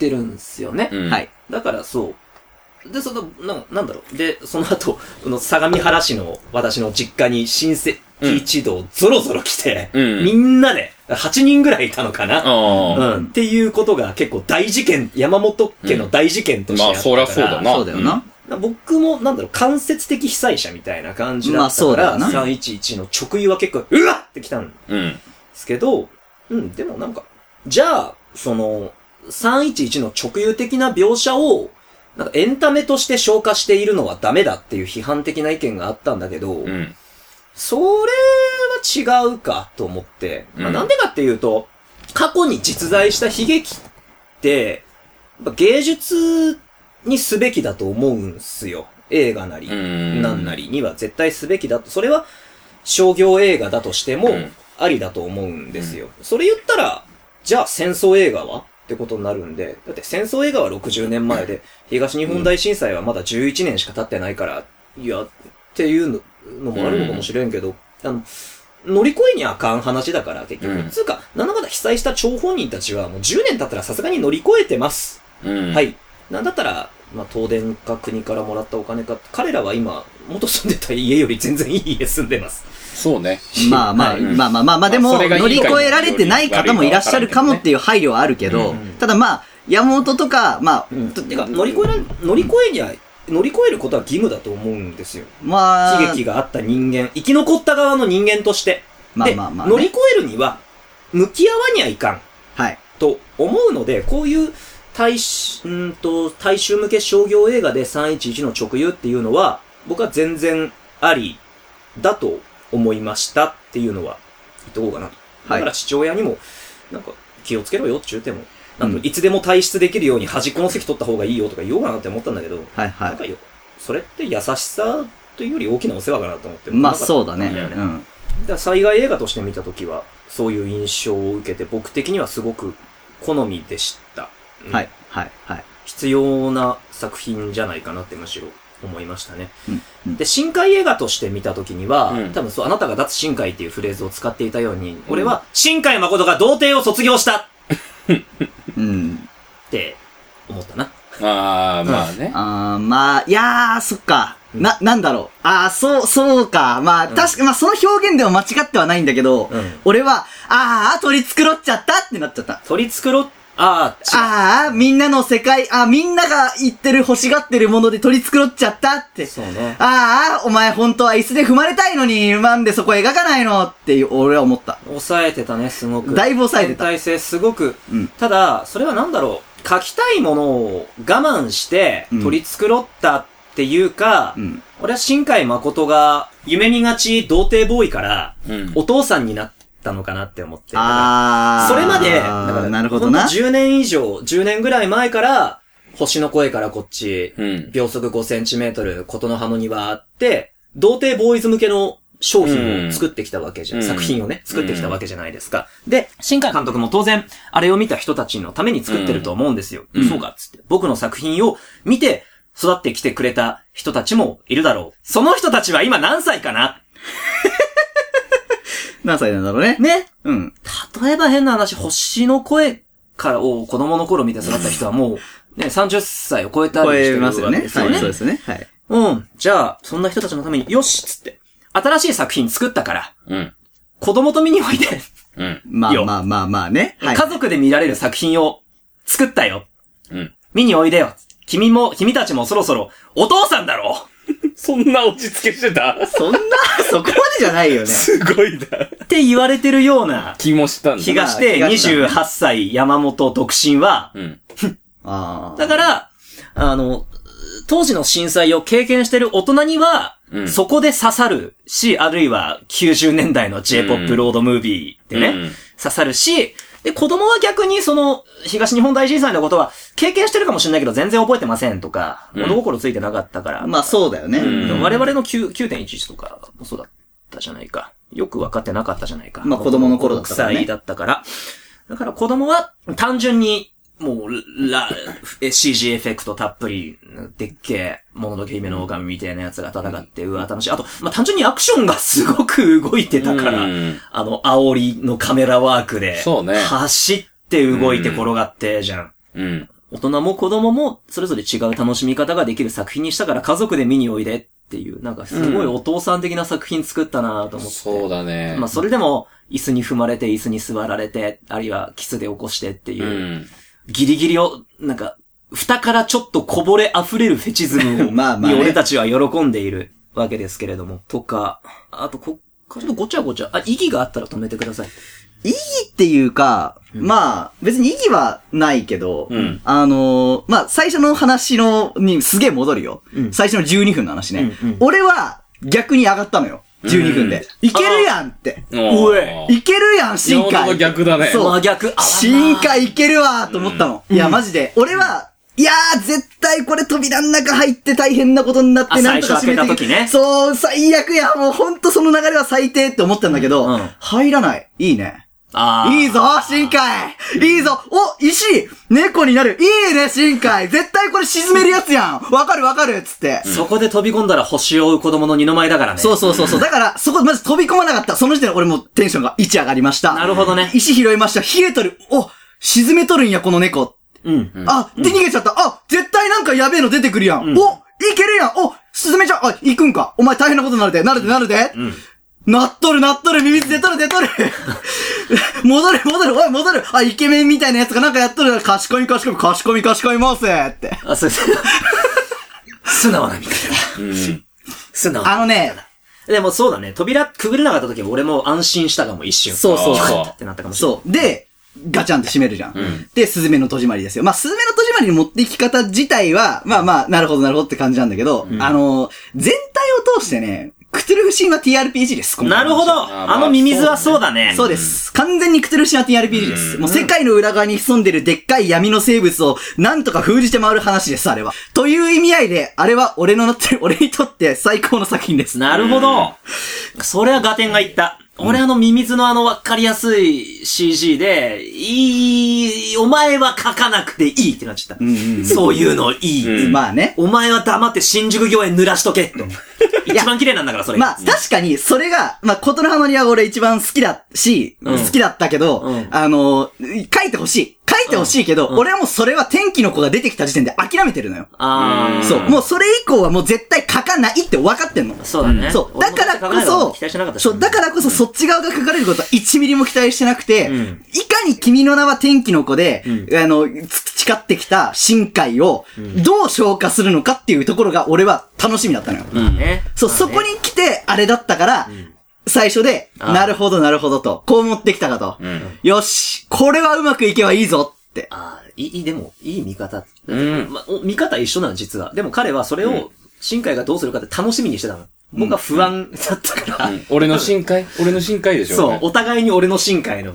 S1: てるんですよね。
S5: うん。
S2: はい。
S1: だからそう。で、その、な、なんだろう。で、その後、 この相模原市の私の実家に親戚一同ゾロゾロ来て、
S5: うん
S1: みんなで、8人ぐらいいたのかな、
S5: あ
S1: う
S5: あ、
S1: ん、っていうことが結構大事件、山本家の大事件として
S5: ま
S1: あ
S5: あ、
S1: ったか
S5: そ
S1: ら、
S5: りゃそうだな。
S2: そうだよな。
S1: だから僕も、なんだろう、間接的被災者みたいな感じだった
S2: まあそう
S1: か
S2: だ
S1: ら、
S2: よな
S1: 311の直輸は結構、うわっってきたんで
S3: うん。
S1: すけど、うん、でもなんか、じゃあ、その、311の直輸的な描写を、なんかエンタメとして消化しているのはダメだっていう批判的な意見があったんだけど、
S3: うん。
S1: それは違うかと思って。まあ
S3: うん
S1: な、んでかっていうと、過去に実在した悲劇って、やっぱ芸術にすべきだと思うんすよ。映画なり、
S3: うん
S1: なんなりには絶対すべきだと。それは商業映画だとしても
S3: うん
S1: ありだと思うんですよ。それ言ったら、じゃあ戦争映画はってことになるんで、だって戦争映画は60年前で、東日本大震災はまだ11年しか経ってないから、いや、っていうののもあるのかもしれんけど、あの、乗り越えにあかん話だから、結局。
S3: うん
S1: つうか、なんだかんだ被災した張本人たちは、もう10年経ったらさすがに乗り越えてます。
S3: うん。
S1: は。い。なんだったら、まあ、東電か国からもらったお金か、彼らは今、元住んでた家より全然いい家住んでます。
S3: そうね。
S2: まあまあ、
S3: うん
S2: まあまあまあまあ、でも、
S3: それがいい
S2: 乗
S3: か
S2: り越えられてない方もいらっしゃるかもっていう配慮はあるけど、
S1: うん
S2: ただまあ、山本とか、まあ、と
S1: てか、乗り越えら、乗り越えには、乗り越えることは義務だと思うんですよ。
S2: まあ、
S1: 悲劇があった人間、生き残った側の人間として。
S2: まあ
S1: で
S2: まあまあ、
S1: 乗り越えるには、向き合わにはいかん。
S2: はい。
S1: と思うので、こういう大衆、うーんと、大衆向け商業映画で311の直輸っていうのは、僕は全然ありだと思いましたっていうのは言っとこうかなと。
S2: はい
S1: だから父親にも、なんか気をつけろよって言うても、なんか
S2: う
S1: いつでも退出できるように端っこの席取った方がいいよとか言おうかなって思ったんだけど、
S2: はい
S1: なん
S2: は
S1: かよ、それって優しさというより大きなお世話かなと思って。
S2: い。まあ
S1: なんか
S2: そうだね。
S3: いいよね
S2: うん。
S1: だから災害映画として見たときは、そういう印象を受けて、僕的にはすごく好みでした。うん
S2: はい。はい。はい。
S1: 必要な作品じゃないかなってむしろ思いましたね。
S2: うんうん
S1: で、深海映画として見たときには、
S3: うん
S1: 多分そう、あなたが脱深海っていうフレーズを使っていたように、俺は、深海誠が童貞を卒業したっ
S2: うん。
S1: て思ったな。
S3: ああ、まあね。
S2: あーまあ、いやー、そっか。
S1: うん
S2: な、なんだろう。ああ、そう、そうか。まあ、
S1: うん
S2: 確か、まあ、その表現では間違ってはないんだけど、
S1: うん。
S2: 俺は、ああ、取り繕っちゃったってなっちゃった。
S1: 取り繕っ、あー、違う
S2: ああ、みんなの世界、ああ、みんなが言ってる、欲しがってるもので取り繕っちゃったって。
S1: そうね。
S2: ああ、お前本当は椅子で踏まれたいのに、なんでそこ描かないのっていう、俺は思った。
S1: 抑えてたね、すごく。
S2: だいぶ抑えて
S1: 全
S2: た
S1: 体性すごく。
S2: うん
S1: ただ、それはなんだろう。書きたいものを我慢して
S2: うん
S1: 取り繕ったっていうか、
S2: うん。
S1: 俺は新海誠が夢見がち童貞ボーイから
S3: うん。
S1: お父さんになったのかなって思って。
S2: ああ。
S1: それまで、だ
S2: あ
S1: か
S2: ー
S1: ら
S2: なるほどな。
S1: んと10年以上、10年ぐらい前から、星の声からこっち、
S3: うん。
S1: 秒速5センチメートル、ことの葉の庭あって、童貞ボーイズ向けの商品を作ってきたわけじゃ、、
S3: うんん
S1: 作品をね、作ってきたわけじゃないですか。で、新海監督も当然、あれを見た人たちのために作ってると思うんですよ。
S3: うん
S1: そうか、つって。僕の作品を見て、育ってきてくれた人たちもいるだろう。その人たちは今何歳かな
S2: 何歳なんだろうね。
S1: ね。
S2: うん。
S1: 例えば変な話、星の声からを子供の頃見て育った人はもう、ね、30歳を超えたり
S2: 超
S1: して
S2: え
S1: る
S2: ま
S1: わ
S2: すよね。
S1: けですよ
S2: はい、
S1: ね
S2: そう。ですね。はい。
S1: うん。じゃあ、そんな人たちのために、よしっつって。新しい作品作ったから、
S3: うん。
S1: 子供と見において、
S3: うん。
S2: まあ
S1: いいよ
S2: まあまあまあね。はい。
S1: 家族で見られる作品を作ったよ。
S3: うん。
S1: 見においでよ。君も、君たちもそろそろ、お父さんだろ
S3: そんな落ち着けしてた
S2: そんな、 そこまでじゃないよね。
S3: すごいな。
S1: うって言われてるような
S3: 気もしたんだ
S1: 気。がして、
S2: まあ気がしたね
S1: 28歳山本独身は、
S3: うん。
S2: ああ。
S1: だから、あの、当時の震災を経験してる大人には、
S3: うん
S1: そこで刺さるし、あるいは90年代の J-POP ロードムービーでね、
S3: うん
S1: 刺さるし、で、子供は逆にその、東日本大震災のことは、経験してるかもしれないけど、全然覚えてませんとか、
S3: うん
S1: 物心ついてなかったから、
S2: まあそうだよね。
S3: ん
S1: 我々の9 9.11とかもそうだったじゃないか。よく分かってなかったじゃないか。
S2: まあ子供の頃だったからね
S1: 6歳だったから。だから子供は単純に、もう、ラ、え CG エフェクトたっぷり、でっけえ、もののけ姫の狼みたいなやつが戦って、うわ、楽しい。あと、まあ、単純にアクションがすごく動いてたから、
S3: うん
S1: あの、煽りのカメラワークで、
S3: そうね
S1: 走って動いて転がって、じゃん。
S3: うん。
S1: 大人も子供もそれぞれ違う楽しみ方ができる作品にしたから家族で見においでっていう、なんかすごいお父さん的な作品作ったなと思って。
S3: そうだね。
S1: まあそれでも、椅子に踏まれて、椅子に座られて、あるいはキスで起こしてっていうう、
S3: ん。
S1: ギリギリを、なんか、蓋からちょっとこぼれ溢れるフェチズムを、
S2: まあまあね
S1: に俺たちは喜んでいるわけですけれども。とか、あとこ、ちょっとごちゃごちゃ。あ、意義があったら止めてください。
S2: 意義っていうか、まあ、別に意義はないけど、
S1: ん
S2: あのーまあ、最初の話の、にすげえ戻るよ、
S1: うん
S2: 最初の12分の話ね、
S1: うんうん
S2: 俺は逆に上がったのよ。12分で。いけるやんって。
S3: おい
S2: いけるやん、深
S3: 山
S2: 海
S3: 本。逆だね。
S2: そう
S1: 真逆。あ
S2: 深海いけるわーと思ったの。いや、マジで。俺は、いやー、絶対これ扉の中入って大変なことになって
S1: あ
S2: なんとか締め
S1: 最初
S2: て
S1: 開けた時ね
S2: そう、最悪や。もうほんとその流れは最低って思ったんだけど、
S1: うん
S2: 入らない。いいね。
S1: あー
S2: いいぞ、深海いいぞお、石猫になるいいね、深海絶対これ沈めるやつやんわかるわかるっつって。
S1: そこで飛び込んだら星を追う子供の二の舞だからね。
S2: そうそうそうそう。だから、そこまず飛び込まなかった。その時点で俺もうテンションが1上がりました。
S1: なるほどね
S2: 石拾いました。冷えとる。お、沈めとるんや、この猫。
S1: うん。
S2: あ、で、逃げちゃった。あ、絶対なんかやべえの出てくるやん。お、いけるやん。お、スズメちゃん、あ、行くんか。お前大変なことになるで、なるで、なるで。なっとる、なっとる、ミミズ出とる、出とる。 戻る、戻る、おい、戻る。あ、イケメンみたいなやつがなんかやっとる。賢い、賢い、賢い、賢い、ますって。
S1: あ、そうそう。 素直な見方だ。素直な。
S2: あのね、
S1: でもそうだね。扉くぐれなかった時は俺も安心したかも、一瞬。
S2: そうそう
S1: よ
S2: そう
S1: かったってなったかもしれない。
S2: そう。で、ガチャンって閉めるじゃん。
S3: ん
S2: で、スズメの戸締まりですよ。まあ、スズメの戸締まりに持っていき方自体は、まあまあ、なるほどなるほどって感じなんだけど、あのー、全体を通してね、クトゥルフ神話 TRPG です。今
S1: な
S2: 回の
S1: るほど
S3: あまあ
S1: あのミミズはそうだね。
S2: そうです。完全にクトゥルフ神話 TRPG です。もう世界の裏側に潜んでるでっかい闇の生物をなんとか封じて回る話です、あれは。という意味合いで、あれは俺のなってる、俺 にとって最高の作品です。
S1: なるほど。それはガテンが言った。俺あのミミズのあのわかりやすい CG で、いい、お前は書かなくていいってなっちゃった。そういうのいい。
S3: うん
S2: まあね。
S1: お前は黙って新宿御苑濡らしとけと。一番綺麗なんだから、それ。
S2: まあ、確かに、それが、まあ、ことのはまりは俺一番好きだし、
S1: うん
S2: 好きだったけど、
S1: うん
S2: あのー、書いてほしい。書いてほしいけど、
S1: ん
S2: 俺はもうそれは天気の子が出てきた時点で諦めてるのよ。
S1: ああ。
S2: そう。もうそれ以降はもう絶対書かないって分かってんの。
S1: そうだね。
S2: そう。だからこ
S1: 俺も書かないの
S2: そ
S1: 期待してなかっ、たし
S2: そう、だからこそそっち側が書かれることは1ミリも期待してなくて、
S1: ん
S2: いかに君の名は天気の子で、
S1: うん
S2: あの、培ってきた深海を、どう消化するのかっていうところが俺は楽しみだったのよ。
S1: ね。
S2: そう、
S1: まあね
S2: そこに来て、あれだったから、最初で、
S1: ああ
S2: なるほど、なるほどと、こう持ってきたかと。
S3: うん
S2: よし、これはうまくいけばいいぞって。
S1: ああ、いい、でも、いい見方。
S3: うん。
S1: ま、お見方一緒なの、実は。でも彼はそれを、新海がどうするかって楽しみにしてたの。僕は不安だったから。
S6: 俺の深海俺の深海でしょ
S1: そう、お互いに俺の新海の、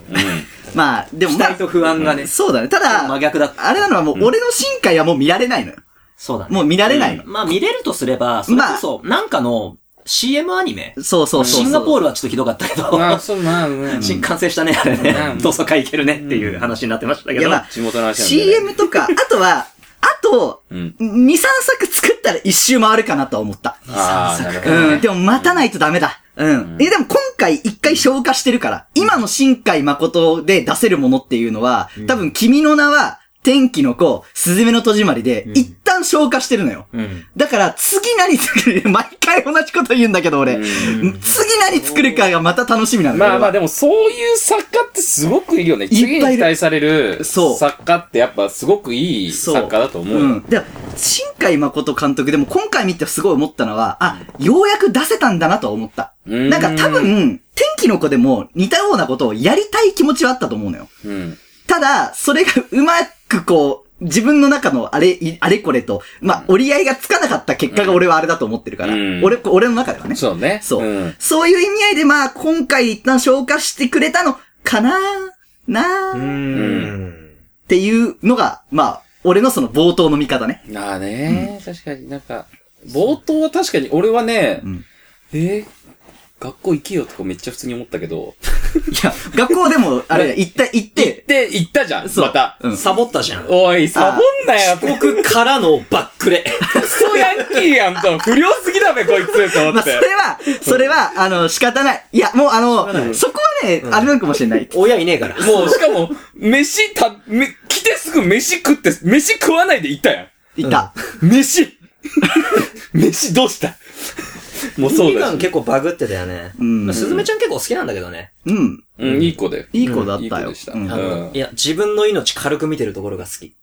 S2: まあ、でも
S1: 期
S2: ま
S1: 待と
S2: あ、
S1: 不安がね。
S2: そうだね。ただ、
S1: 真逆だった。
S2: あれなのはもう、俺の深海はもう見られないのよ。
S1: そうだね。
S2: もう見られないの。
S1: まあ見れるとすれば、それこそ、なんかの CM アニメ。
S2: そうそうそうそ
S1: シ
S2: う。
S1: ンガポールはちょっとひどかったけ
S6: まあ
S1: ど、
S6: そうまあね
S1: 新完成したね、あれね
S6: う。ん
S1: 同窓会行けるねっていう話になってましたけ
S2: いや
S1: ど
S2: ま。あ
S3: 地元の話なんでね
S2: CM とか、あとは、あと、
S3: うん
S2: 2、3作作ったら一周回るかなとは思った。
S3: ああ、なるほど
S2: うん、でも待たないとダメだ。うん。え、でも今回一回消化してるから、今の新海誠で出せるものっていうのは、多分君の名は、天気の子、スズメの戸締まりで、一旦消化してるのよ。だから、次何作る毎回同じこと言うんだけど、俺。次何作るかがまた楽しみなんだ
S6: まあまあ
S2: で
S6: でもそういう作家ってすごくいいよね。
S2: ぱいいる
S6: 次に期待される
S2: そう
S6: 作家ってやっぱすごくいい
S2: そう
S6: 作家だと思う
S2: う
S6: よ。
S2: ん。で、新海誠監督でも今回見てすごい思ったのは、あ、ようやく出せたんだなとは思った。
S6: うん
S2: なんか多分、天気の子でも似たようなことをやりたい気持ちはあったと思うのよ。
S6: うん。
S2: ただ、それがうまくこう、自分の中のあれ、いあれこれと、まあ、折り合いがつかなかった結果が俺はあれだと思ってるから。
S6: うん
S2: 俺、俺の中ではね。
S6: そうね。
S2: そう。
S6: うん
S2: そういう意味合いで、まあ、今回一旦消化してくれたのかなな
S1: う
S2: っ
S1: ん。
S2: ていうのが、まあ、俺のその冒頭の見方ね。
S6: ああね、確かになんか、冒頭は確かに俺はね、
S2: うん
S6: えー学校行けよとかめっちゃ普通に思ったけど、
S2: いや、学校でも、あれ、行った、行って、
S6: で、行ったじゃん、
S2: そう。
S6: また。
S2: うん。
S1: サボったじゃん。
S6: おい、サボんなよ、
S1: 僕からのバックレ。
S6: クソヤンキーやんと、不良すぎだべ、こいつ、と思
S2: まあ、
S6: っ
S2: それ
S6: て。
S2: は、それは、あの、仕方ない。いや、もうあの、そこはね、あれなんかもしれない。
S1: 親いねえから。
S6: もう、しかも、飯た、め、来てすぐ飯食って、飯食わないで行ったやん。
S2: いた。
S6: 飯飯どうしたもうそう
S1: ミ
S6: だ
S1: カン
S6: し。
S1: 結構バグってたよね。
S2: ん
S1: まあスズメちゃん結構好きなんだけどね。
S2: うん。
S6: うん、いい子だよ。
S2: いい子だったよ。
S6: いい子でした
S2: うん
S1: あのいや、自分の命軽く見てるところが好き。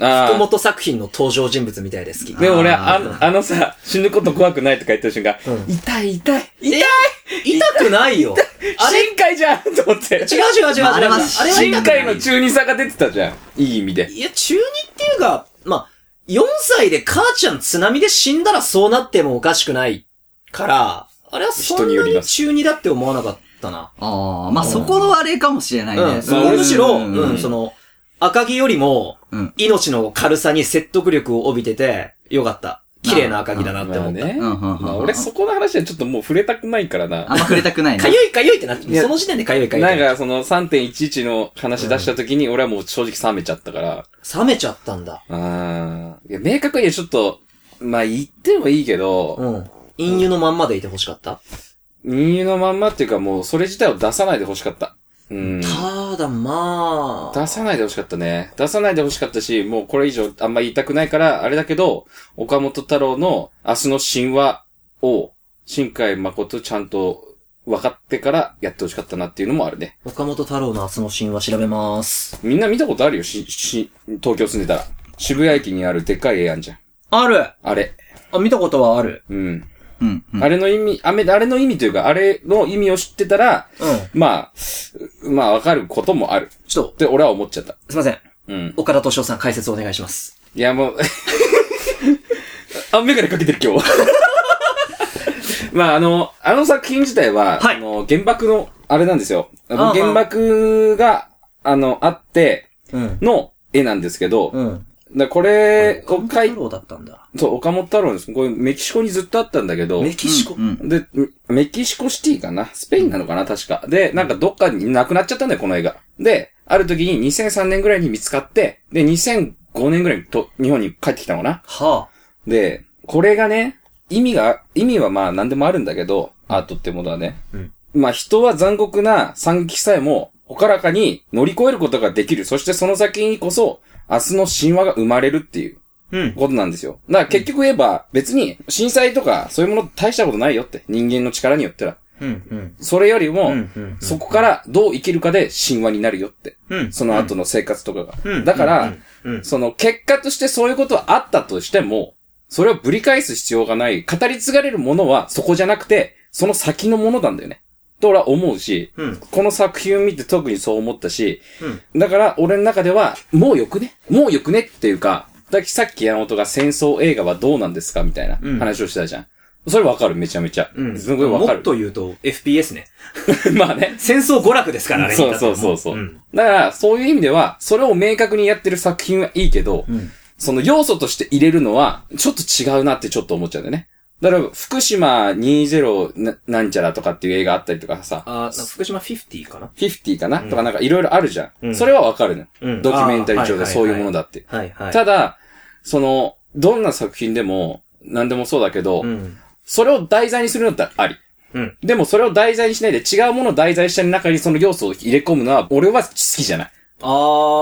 S3: あ
S1: 福
S3: あ。
S1: 本作品の登場人物みたいで好き。
S3: でも俺、あの、あのさ、死ぬこと怖くないとか言った瞬間、
S1: うん
S3: 痛い痛い
S1: 痛い痛くないよ。あれ違
S3: 深海じゃんと思って。
S1: う違う違う違う。
S2: まああれは
S1: あれは痛
S3: 深
S1: くない
S3: 海の中二さが出てたじゃん。いい意味で。
S1: いや、中二っていうか、まあ、4歳で母ちゃん津波で死んだらそうなってもおかしくないから、あれはそん
S3: 人によ
S1: な
S3: りま
S1: に
S3: す
S1: 中二だって思わなかったな。
S2: ああ、まあ、そこのあれかもしれないね。
S1: うん。
S2: そ
S1: まあ
S2: の
S1: むしろ、
S2: うん
S1: うん、その、赤木よりも
S2: うん、
S1: 命の軽さに説得力を帯びてて、よかった。綺麗な赤木だなって思
S3: まあ
S1: った。
S3: ね。
S2: うんうんうん
S3: まあ俺そこの話はちょっともう触れたくないから
S2: あんま
S3: な。
S2: 触れたくないね
S1: か。ゆいかゆいってなって
S3: い、や
S1: その時点でかゆいかゆいっ
S3: な
S1: て
S3: ん
S1: なっ
S3: かその3.11の話出した時に俺はもう正直冷めちゃったから。
S1: て。冷めちゃったんだ。
S3: あーいや明確にちょっと、まあ言ってもいいけど、
S1: うん。陰湯のまんまでいて欲しかった。
S3: 人間のまんまっていうかもうそれ自体を出さないでほしかった。うん。
S1: ただまあ、
S3: 出さないでほしかったね。出さないでほしかったし、もうこれ以上あんま言いたくないから、あれだけど、岡本太郎の明日の神話を、新海誠ちゃんと分かってからやってほしかったなっていうのもあるね。
S1: 岡本太郎の明日の神話調べます。
S3: みんな見たことあるよ、し、し、東京住んでたら。渋谷駅にあるでっかい絵あんじゃん。
S7: ある
S3: あれ。
S7: あ、見たことはある。
S3: うん。
S2: うん。うん
S3: あれの意味、あめ、あれの意味というか、あれの意味を知ってたら、まあ、まあ分かることもある。
S1: ちょっと
S3: っ、て俺は思っちゃった。
S1: すいません。
S3: うん。
S1: 岡田敏夫さん解説お願いします。
S3: いや、もう、 あ、メガネかけてる今日。 まあ、あの、あの作品自体は、
S7: はい
S3: あの、原爆の、あれなんですよ。あの
S1: あー
S3: 原爆が、あの、あって
S1: うん。
S3: の絵なんですけど、
S1: うん。
S3: だこれを
S1: 岡
S3: 描
S1: 本
S3: い
S1: 太郎だったんだ。
S3: そう、岡本太郎です。これメキシコにずっとあったんだけど、
S1: メキシコ。
S2: うんうん
S3: で、メキシコシティかなスペインなのかな確か。で、なんかどっかになくなっちゃったんだよ、この映画。で、ある時に2003年ぐらいに見つかって、で、2005年ぐらいにと日本に帰ってきたのかな
S1: は
S3: で、これがね、意味が、意味はまあ何でもあるんだけど、アートってものはね。
S1: うん
S3: まあ人は残酷な惨劇さえも、ほからかに乗り越えることができる。そしてその先にこそ、明日の神話が生まれるっていう。
S7: うん
S3: ことなんですよ。だから結局言えば、別に震災とかそういうもの大したことないよって。人間の力によっては。
S7: うん、うん。
S3: それよりも、
S7: うん、うん。
S3: そこからどう生きるかで神話になるよって。
S7: うん。
S3: その後の生活とかが。
S7: うん
S3: だから、
S7: うんうん
S3: その結果としてそういうことはあったとしても、それをぶり返す必要がない。語り継がれるものはそこじゃなくて、その先のものなんだよね。と俺は思うし、
S7: うん
S3: この作品を見て特にそう思ったし、
S7: う
S3: だから俺の中では、もうよくねもうよくねっていうか、ださっき山本が戦争映画はどうなんですかみたいな
S7: うん
S3: 話をしてたじゃん。それわかる、めちゃめちゃ。
S7: うん
S3: すごいわ
S1: も
S3: かる
S1: っ。と言うと、FPS ね。
S3: まあね。
S1: 戦争娯楽ですから、あれに至
S3: そ
S1: っ
S3: う
S1: ては
S3: そうそうそう。
S7: うん
S3: だから、そういう意味では、それを明確にやってる作品はいいけど、
S1: ん
S3: その要素として入れるのは、ちょっと違うなってちょっと思っちゃうんだよね。だから、福島20ななんちゃらとかっていう映画あったりとかさ、
S1: あーなんか福島50かな
S3: 50かな、とかなんかいろいろあるじゃん。
S7: うん
S3: それはわかるの、
S7: うん
S3: ドキュメンタリー上
S1: あ
S3: で
S1: ーはい
S3: そういうものだって。
S1: はいは
S3: ただ、その、どんな作品でも、何でもそうだけど、
S1: うん。
S3: それを題材にするんだったらあり。
S7: うん
S3: でもそれを題材にしないで違うものを題材した中にその要素を入れ込むのは俺は好きじゃない。
S1: あ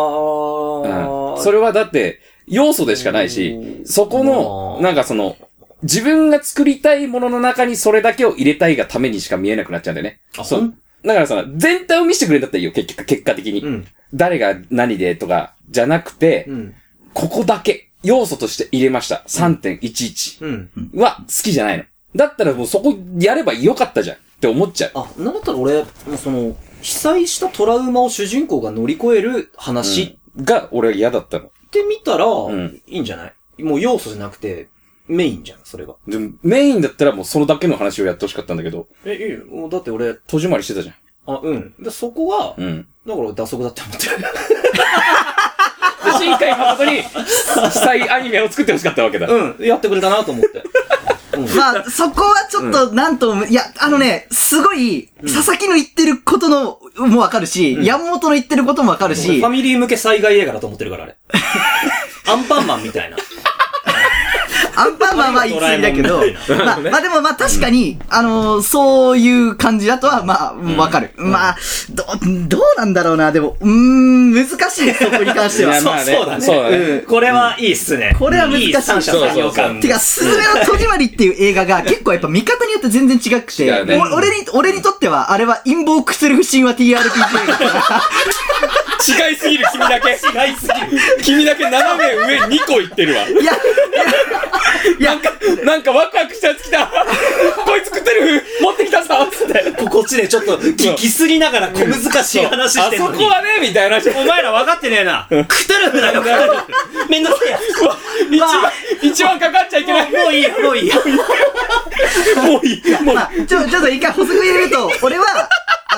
S1: ー。
S3: うん。それはだって要素でしかないし、そこの、
S1: うん
S3: なんかその、自分が作りたいものの中にそれだけを入れたいがためにしか見えなくなっちゃうんだよね。
S1: あ
S3: そ
S1: ほ
S3: うんだからさ、全体を見せてくれるんだったらいいよ、結局、結果的に。
S1: うん。
S3: 誰が何でとか、じゃなくて、
S1: うん。
S3: ここだけ、要素として入れました。3.11
S1: うん。
S3: は好きじゃないの。だったらもうそこやればよかったじゃんって思っちゃう。
S1: あ、なんだったら俺、もうその、被災したトラウマを主人公が乗り越える話っ
S3: が、俺は嫌だったの。
S1: てみたら、
S3: ん
S1: いいんじゃないもう要素じゃなくて、メインじゃん、それが。
S3: でも、メインだったらもうそのだけの話をやってほしかったんだけど、
S1: え、いいよ。もうだって俺、
S3: 戸締まりしてたじ
S1: あ、うん。で、そこは、
S3: ゃん。うん。
S1: だから打足だって思ってる。
S3: で、新海誠に、被災アニメを作ってほしかったわけだ。
S1: うん。 やってくれたなと思って。
S2: まあ、そこはちょっと、なんとも、いや、あのね、すごい、佐々木の言ってることの、もわかるし、山本の言ってることもわかる
S1: 俺
S2: し
S1: ファ、ミリー向け災害映画だと思ってるから、 あれ。アンパンマンみたいな。
S2: アンパンマンは言い過ぎだけど
S1: ドラえもんみ、
S2: まあ、まあでもまあ確かに、あのー、そういう感じだとは、まあ、わかる。まあ、ど、どうなんだろうな、でも、うーん、難しい、そこに関しては。
S3: いやまあねそうだね
S2: うん
S1: これはいいっすね。
S2: これは難しい
S1: い三者三様
S3: そうそうそ
S1: 感。
S2: てか、すずめの戸締まりっていう映画が結構やっぱ見方によって全然違くて、
S3: 違うね
S2: お俺に、俺にとってはあれは陰謀をくする不審は TRPG だから
S3: 違いすぎる、君だけ。違いすぎる。君だけ斜め上2個いってるわ。
S2: いや、いや、いや、
S3: なんかワクワクしたやつ来た。こいつ食ってる持ってきたぞつって。
S1: こっちでちょっと聞きすぎながら小難しい話してんの
S3: あそ
S1: に
S3: こ。はね、みたいな話。
S1: お前ら分かってねえな。食ってるんだよ、食ってる。めんどくせえや。
S3: 一番、一番かかっちゃいけない。
S1: もういいや、もういいや。
S3: もういい。もういい
S2: まあ、ちょ、ちょっと一回補足入れると、俺は、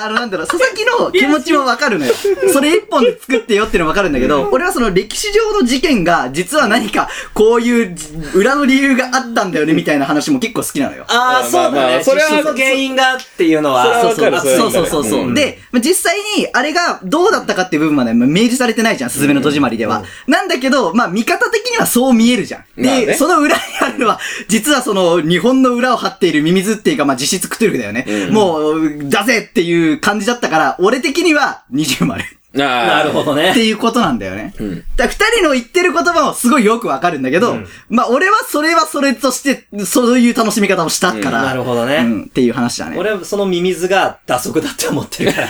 S2: あの、なんだろう、佐々木の気持ちもわかるのよ。それ一本で作ってよっていうのわかるんだけど、俺はその歴史上の事件が、実は何か、こういうじ裏の理由があったんだよね、みたいな話も結構好きなのよ。
S1: ああ、そう
S3: まあま
S1: だ
S3: あ
S1: ね。
S3: そ
S1: そ
S3: れ
S1: れは
S3: は
S1: 原因がっていうの
S3: それは
S1: は。
S2: そうそう
S3: わかる
S2: そうそうそうそう。
S3: うん
S2: で、まあ実際に、あれがどうだったかっていう部分までまあ明示されてないじゃん、すずめの戸締まりでは。なんだけど、まあ、見方的にはそう見えるじゃん。で、
S3: まあね
S2: その裏にあるのは、実はその、日本の裏を張っているミミズっていうか、まあ、実質クトゥルフだよね。もう、だぜっていう感じだったから、俺的には、二重丸。
S3: な
S1: なるほど
S2: っ
S1: ね。
S2: ていうことなんだよね。
S3: ん
S2: だから二人の言ってる言葉もすごいよくわかるんだけど、まあ、俺はそれはそれとして、そういう楽しみ方をしたから。
S1: うんなるほどね
S2: うん、っていう話だね。
S1: 俺はそのミミズが打足だって思ってるから。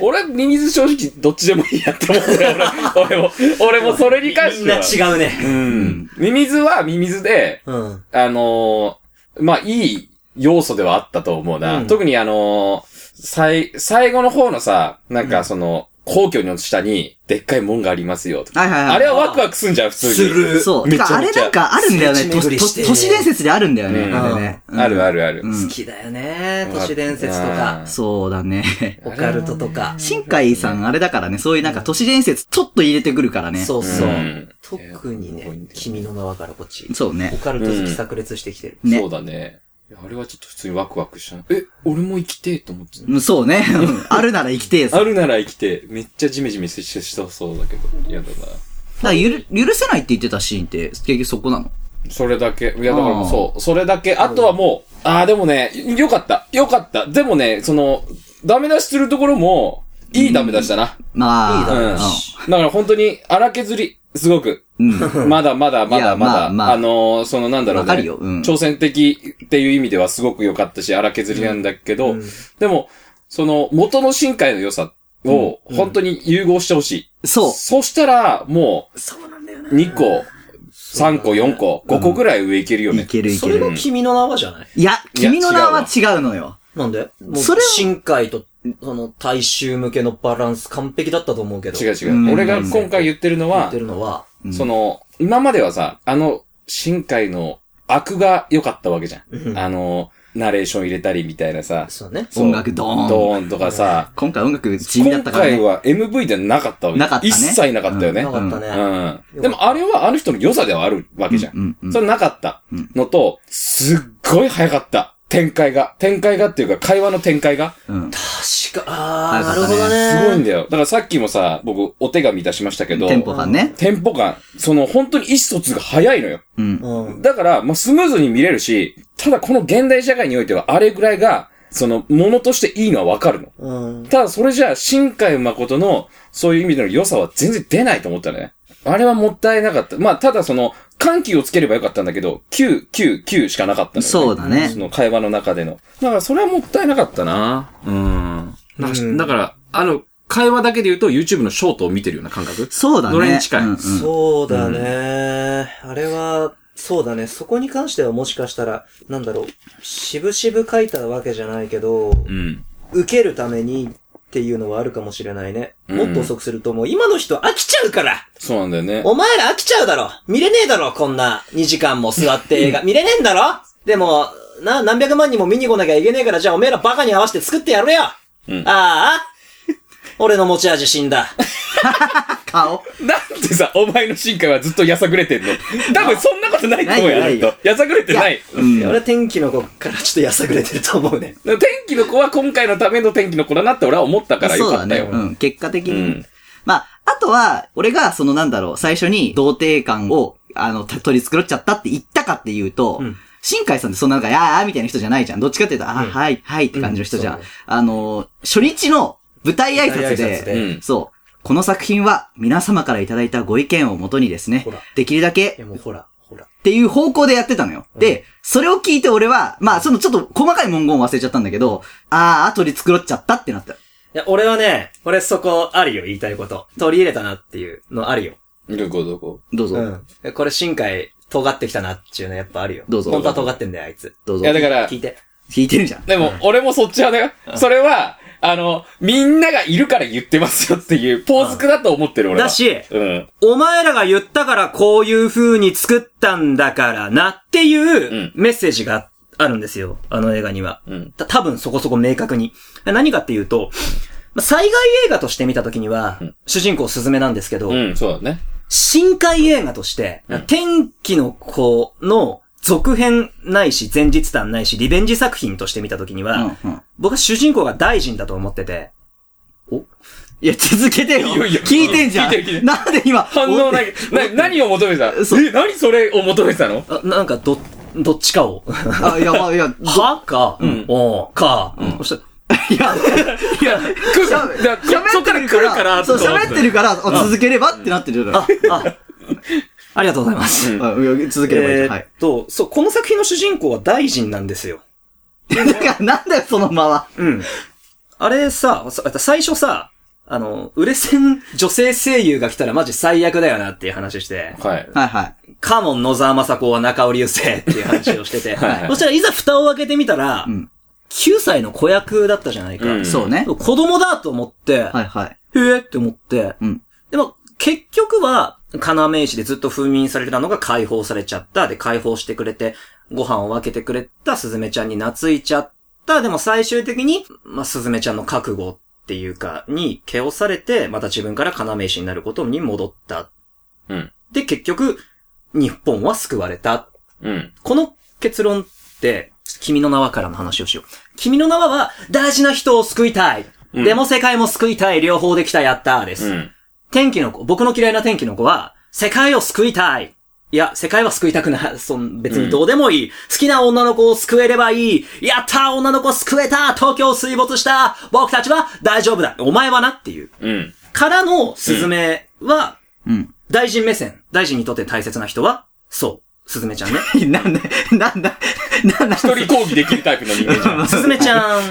S3: 俺、ミミズ正直、どっちでもいいやって思ってる。俺俺も、俺もそれに関
S1: み
S3: し
S1: ん
S3: て
S1: な
S3: は。
S1: 違うね。
S3: うん。ミミズはミミズで、
S1: うん。
S3: あのーまあ、いい要素ではあったと思うな。
S1: うん
S3: 特にあのー最、最後の方のさ、なんかその、皇居の下に、でっかい門がありますよとか。
S2: はいはいはい。
S3: あれはワクワクすんじゃん、普通に。
S1: する。
S2: そう。
S3: め
S2: て
S3: ちゃめち
S2: か、あれな
S3: ゃ
S2: んかあるんだよね。
S1: 聖地
S2: 都
S1: 巡り
S2: 都
S1: して
S2: 都市伝説であるんだよね。
S3: うん
S2: あれね。うん
S3: あるあるある。
S2: うん
S1: 好きだよね。都市伝説とか、
S2: そうだね。
S1: オカルトとか。
S2: 新海さん、あれだからね、そういうなんか都市伝説ちょっと入れてくるからね。
S1: そうそう
S3: うん。
S1: 特に
S3: いや
S1: ね、君の名はからこっち。
S2: そう
S1: オ
S2: ね。
S1: カルト好き炸裂してきてる。
S2: ね
S3: そうだね。いやあれはちょっと普通にワクワクしたな。え、俺も生きてえと思ってた
S2: うんそうね。うんあるなら生きてえ
S3: あ
S2: さ。
S3: るなら生きてえ、めっちゃジメジメしたそうだけど、嫌だな。
S2: だからゆる許せないって言ってたシーンって、結局そこなの。
S3: それだけ、いやだから
S2: あー
S3: そう、それだけ、あとはもう、ああ、でもね、よかった、よかった。でもね、その、ダメ出しするところも、いいダメ出しだな。
S2: まあ。
S1: いいだ
S3: うん。だから本当に荒削り、すごく。
S2: うん。
S3: まだまだま
S2: いや
S3: だまだ、
S2: まあまあ
S3: あのーそのなんだろうね。
S2: わかるようん
S3: 挑戦的っていう意味ではすごく良かったし、荒削りなんだけど、でも、その元の深海の良さを本当に融合してほしい。
S2: そう。
S3: そしたら、も
S1: そうなんだよね
S3: う、2個、3個、4個、5個ぐらい上いけるよ
S2: い
S3: ね。
S2: けるい
S1: そ
S2: け
S1: れ
S2: る。
S1: が君の名はじゃない
S2: いや、
S3: いや
S2: 君の名は違うのよ。
S1: なんでもう
S2: それは
S1: 深海と、その、大衆向けのバランス完璧だったと思うけど。
S3: 違う
S1: 言
S3: 違
S2: うん
S3: う。俺が今回言ってるの
S1: っ
S3: は
S1: て、るのは、
S2: ん
S3: その、今まではさ、あの、深海の悪が良かったわけじゃ
S1: うん
S3: ん。あの、ナレーション入れたりみたいなさ、
S1: そうね。
S2: 音楽ドーン
S3: ドーンとかさ、
S2: 今回音楽地味だっ
S3: 今
S2: たから
S3: 回
S2: ね。
S3: は MV ではなかったわけ。
S2: なかったね
S3: 一切なかったよね。
S1: な
S3: う
S1: かったね。
S3: ん。でもあれはあの人の良さではあるわけじゃん。
S2: うんうんうん
S3: それなかったのと、すっごい早かった。展開が。展開がっていうか、会話の展開が。
S2: うん。
S1: 確か、あー、なる
S2: 早
S1: ほ
S2: か
S1: ど
S2: った
S1: ね。
S3: すごいんだよ。だからさっきもさ、僕、お手紙出しましたけど、
S2: テンポ感ね。
S3: テンポ感。その、本当に意思疎通が早いのよ。
S2: うん。
S1: うん。
S3: だから、まあ、スムーズに見れるし、ただこの現代社会においては、あれぐらいが、その、ものとしていいのはわかるの。
S1: うん。
S3: ただそれじゃあ、新海誠の、そういう意味での良さは全然出ないと思ったね。あれはもったいなかった。まあ、ただその、緩急をつければよかったんだけど、9、9、9しかなかったのよ、
S2: そうだね
S3: その会話の中での。だからそれはもったいなかったな。
S6: うん。なん
S1: うん
S6: か、だから、あの、会話だけで言うと YouTube のショートを見てるような感覚
S2: そうだね。
S6: どれに近い
S2: うんうん
S1: そうだね。あれは、そうだね。そこに関してはもしかしたら、なんだろう、渋々書いたわけじゃないけど、
S6: うん。
S1: 受けるためにっていうのはあるかもしれないね。
S3: うん
S1: もっと遅くするともう今の人飽きちゃうから
S3: そうなんだよね。
S1: お前ら飽きちゃうだろ見れねえだろこんな2時間も座って映画。見れねえんだろでも、な、何百万人も見に来なきゃいけねえから、じゃあお前らバカに合わせて作ってやれよ、
S3: うん
S1: ああ俺の持ち味死んだ。
S2: 顔。
S3: なんでさ、お前の新海はずっとやさぐれてんの多分そんなことないと思うよ、
S2: な
S3: あ
S2: い
S3: る
S2: よ
S3: と。やさぐれてない。
S2: うん
S1: 俺は天気の子からちょっとやさぐれてると思うね。
S3: 天気の子は今回のための天気の子だなって俺は思ったからよかったよ。
S2: そうだね。うん。結果的に。
S3: うん
S2: まあ、あとは、俺が、そのなんだろう、最初に童貞感を、あの、た取り繕っちゃったって言ったかっていうと、
S1: うん
S2: 新海さんってそんななんか、やーみたいな人じゃないじゃん。どっちかっていうと、あー、
S1: うん
S2: はい、はいって感じの人じゃん。
S1: うんそう
S2: あの、初日の舞台挨拶で、
S1: 舞台挨拶で
S3: うん
S2: そう。この作品は皆様からいただいたご意見をもとにですね
S1: ほら、
S2: できるだけ
S1: いやもうほら、ほら。
S2: っていう方向でやってたのよ。で、それを聞いて俺は、まあ、そのちょっと細かい文言を忘れちゃったんだけど、あー、取り繕っちゃったってなった。
S1: や、俺はね、これそこあるよ、言いたいこと。取り入れたなっていうのあるよ。
S3: どこどこ
S2: どうぞ、
S1: うん。これ深海、尖ってきたなっていうのやっぱあるよ。
S2: どうぞ
S1: 本当は尖ってんだよ、あいつ。
S2: どう
S3: い
S2: ぞ。
S3: や、だから
S1: 聞、いて。
S2: 聞いてるじゃん。
S3: でも、俺もそっち派だよ。それは、あの、みんながいるから言ってますよっていう、ポーズクだと思ってる俺は。
S1: だ、し、
S3: うん。
S1: お前らが言ったからこういう風に作ったんだからなってい
S3: ん
S1: うメッセージがあるんですよ。あの映画には。
S3: うん。
S1: た、多分そこそこ明確に。何かっていうと、まあ災害映画として見た時には、
S3: うん
S1: 主人公スズメなんですけど、
S3: うん、そうだね。
S1: 深海映画として、
S3: うん
S1: 天気の子の続編ないし、前日談ないし、リベンジ作品として見た時には、
S2: うんうん。
S1: 僕は主人公が大臣だと思ってて、
S2: いや、続けてよ。
S3: いやいや
S2: 聞いてんじゃん。
S3: 聞いてる聞いてる
S2: なんで今、
S3: 反応ない。な、何を求めてた
S2: そう
S3: え、何それを求めてたの
S1: あなんかど、どっちか を。
S2: あ、いや、まあ、いや、
S1: はか、うん、おうか、そしたら、
S2: いや、
S3: いや、く、だからこ そっから来るから、
S2: そう、喋ってる
S3: か
S2: から、あ続ければってなってるじゃない。
S1: あ、あ、 ありがとうございます。
S2: あ、いや続ければいいじ
S1: え
S2: ゃん。は
S1: ー
S2: い
S1: っ。と、そう、この作品の主人公は大臣なんですよ。
S2: だから、なんだよ、その間は。
S1: うん。あれさ、さ最初さ、あの、売れ線女性声優が来たらマジ最悪だよなっていう話して、
S3: ら。はい。
S2: はいはい。
S1: カモン野沢雅子は中尾流星っていう話をしてて、
S3: はいはい
S1: そしたらいざ蓋を開けてみたら、
S2: ん
S1: 9歳の子役だったじゃないか。
S3: うん
S2: そうね。
S1: 子供だと思って、
S2: はいはい。
S1: へえって思って、
S2: うん
S1: でも、結局は、要石でずっと封印されてたのが解放されちゃった。で、解放してくれて、ご飯を分けてくれたすずめちゃんに懐いちゃった。でも最終的に、まあ、すずめちゃんの覚悟っていうか、に、けをされて、また自分から要石になることに戻った。
S3: うん。
S1: で、結局、日本は救われた。
S3: うん。
S1: この結論って、君の名はからの話をしよう。君の名はは、大事な人を救いたい。
S3: うん
S1: でも世界も救いたい。両方できたやったーです。
S3: うん。
S1: 天気の子、僕の嫌いな天気の子は、世界を救いたい。いや、世界は救いたくない。そん、別にどうでもいい。好きな女の子を救えればいい。やったー女の子救えた東京水没した僕たちは大丈夫だお前はなっていう。
S3: うん。
S1: からの、スズメは、
S2: うん。
S1: 大臣目線。大臣にとって大切な人は、そう。スズメちゃんね。
S2: なんだ、なんだ、なんだ、
S3: 一人抗議できるタイプの人間じゃん。
S1: すずめちゃん、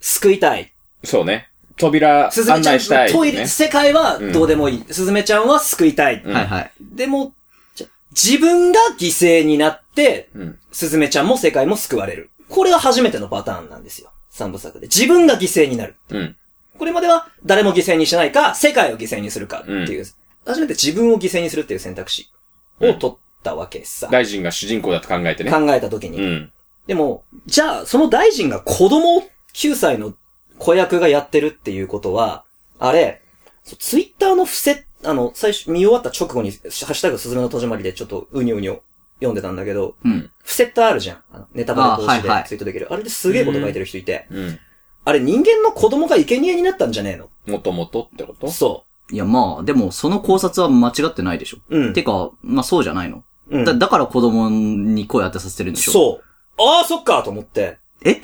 S1: 救いたい。
S3: そうね。扉
S1: すずめ
S3: 案
S1: ちゃん、
S3: 内したい。
S1: トイレ、
S3: ね
S1: 世界はどうでもいい。すずめちゃんは救いたい。
S3: うん
S2: はいはい。
S1: でも、じゃ自分が犠牲になって、
S3: うん。
S1: すずめちゃんも世界も救われる。これは初めてのパターンなんですよ。三部作で。自分が犠牲になる。
S3: うん。
S1: これまでは誰も犠牲にしないか、世界を犠牲にするかっていう。初めて自分を犠牲にするっていう選択肢を取ったわけさ。
S3: 大臣が主人公だと考えてね。
S1: 考えた時に。
S3: うん。
S1: でも、じゃあ、その大臣が子供9歳の子役がやってるっていうことは、あれ、そうツイッターの伏せ、あの、最初見終わった直後に、ハッシュタグすずめの戸締まりでちょっとうにょうにょ読んでたんだけど、
S2: うん。
S1: 伏せたあるじゃん。あのネタバレ防止
S2: あはいはい
S1: でツイートできる。あ,、れですげえこと書いてる人いて、
S3: うん。
S1: あれ人間の子供が生贄になったんじゃねえの
S3: もともとってこと
S1: そ
S2: いや、まあ、でも、その考察は間違ってないでしょ。
S1: う。うん。
S2: てか、まあ、そうじゃないの。
S1: うん
S2: だ、だから子供に声当てさせてるんでしょ。
S1: そう。ああ、そっかと思って。
S2: え
S1: うん
S2: う。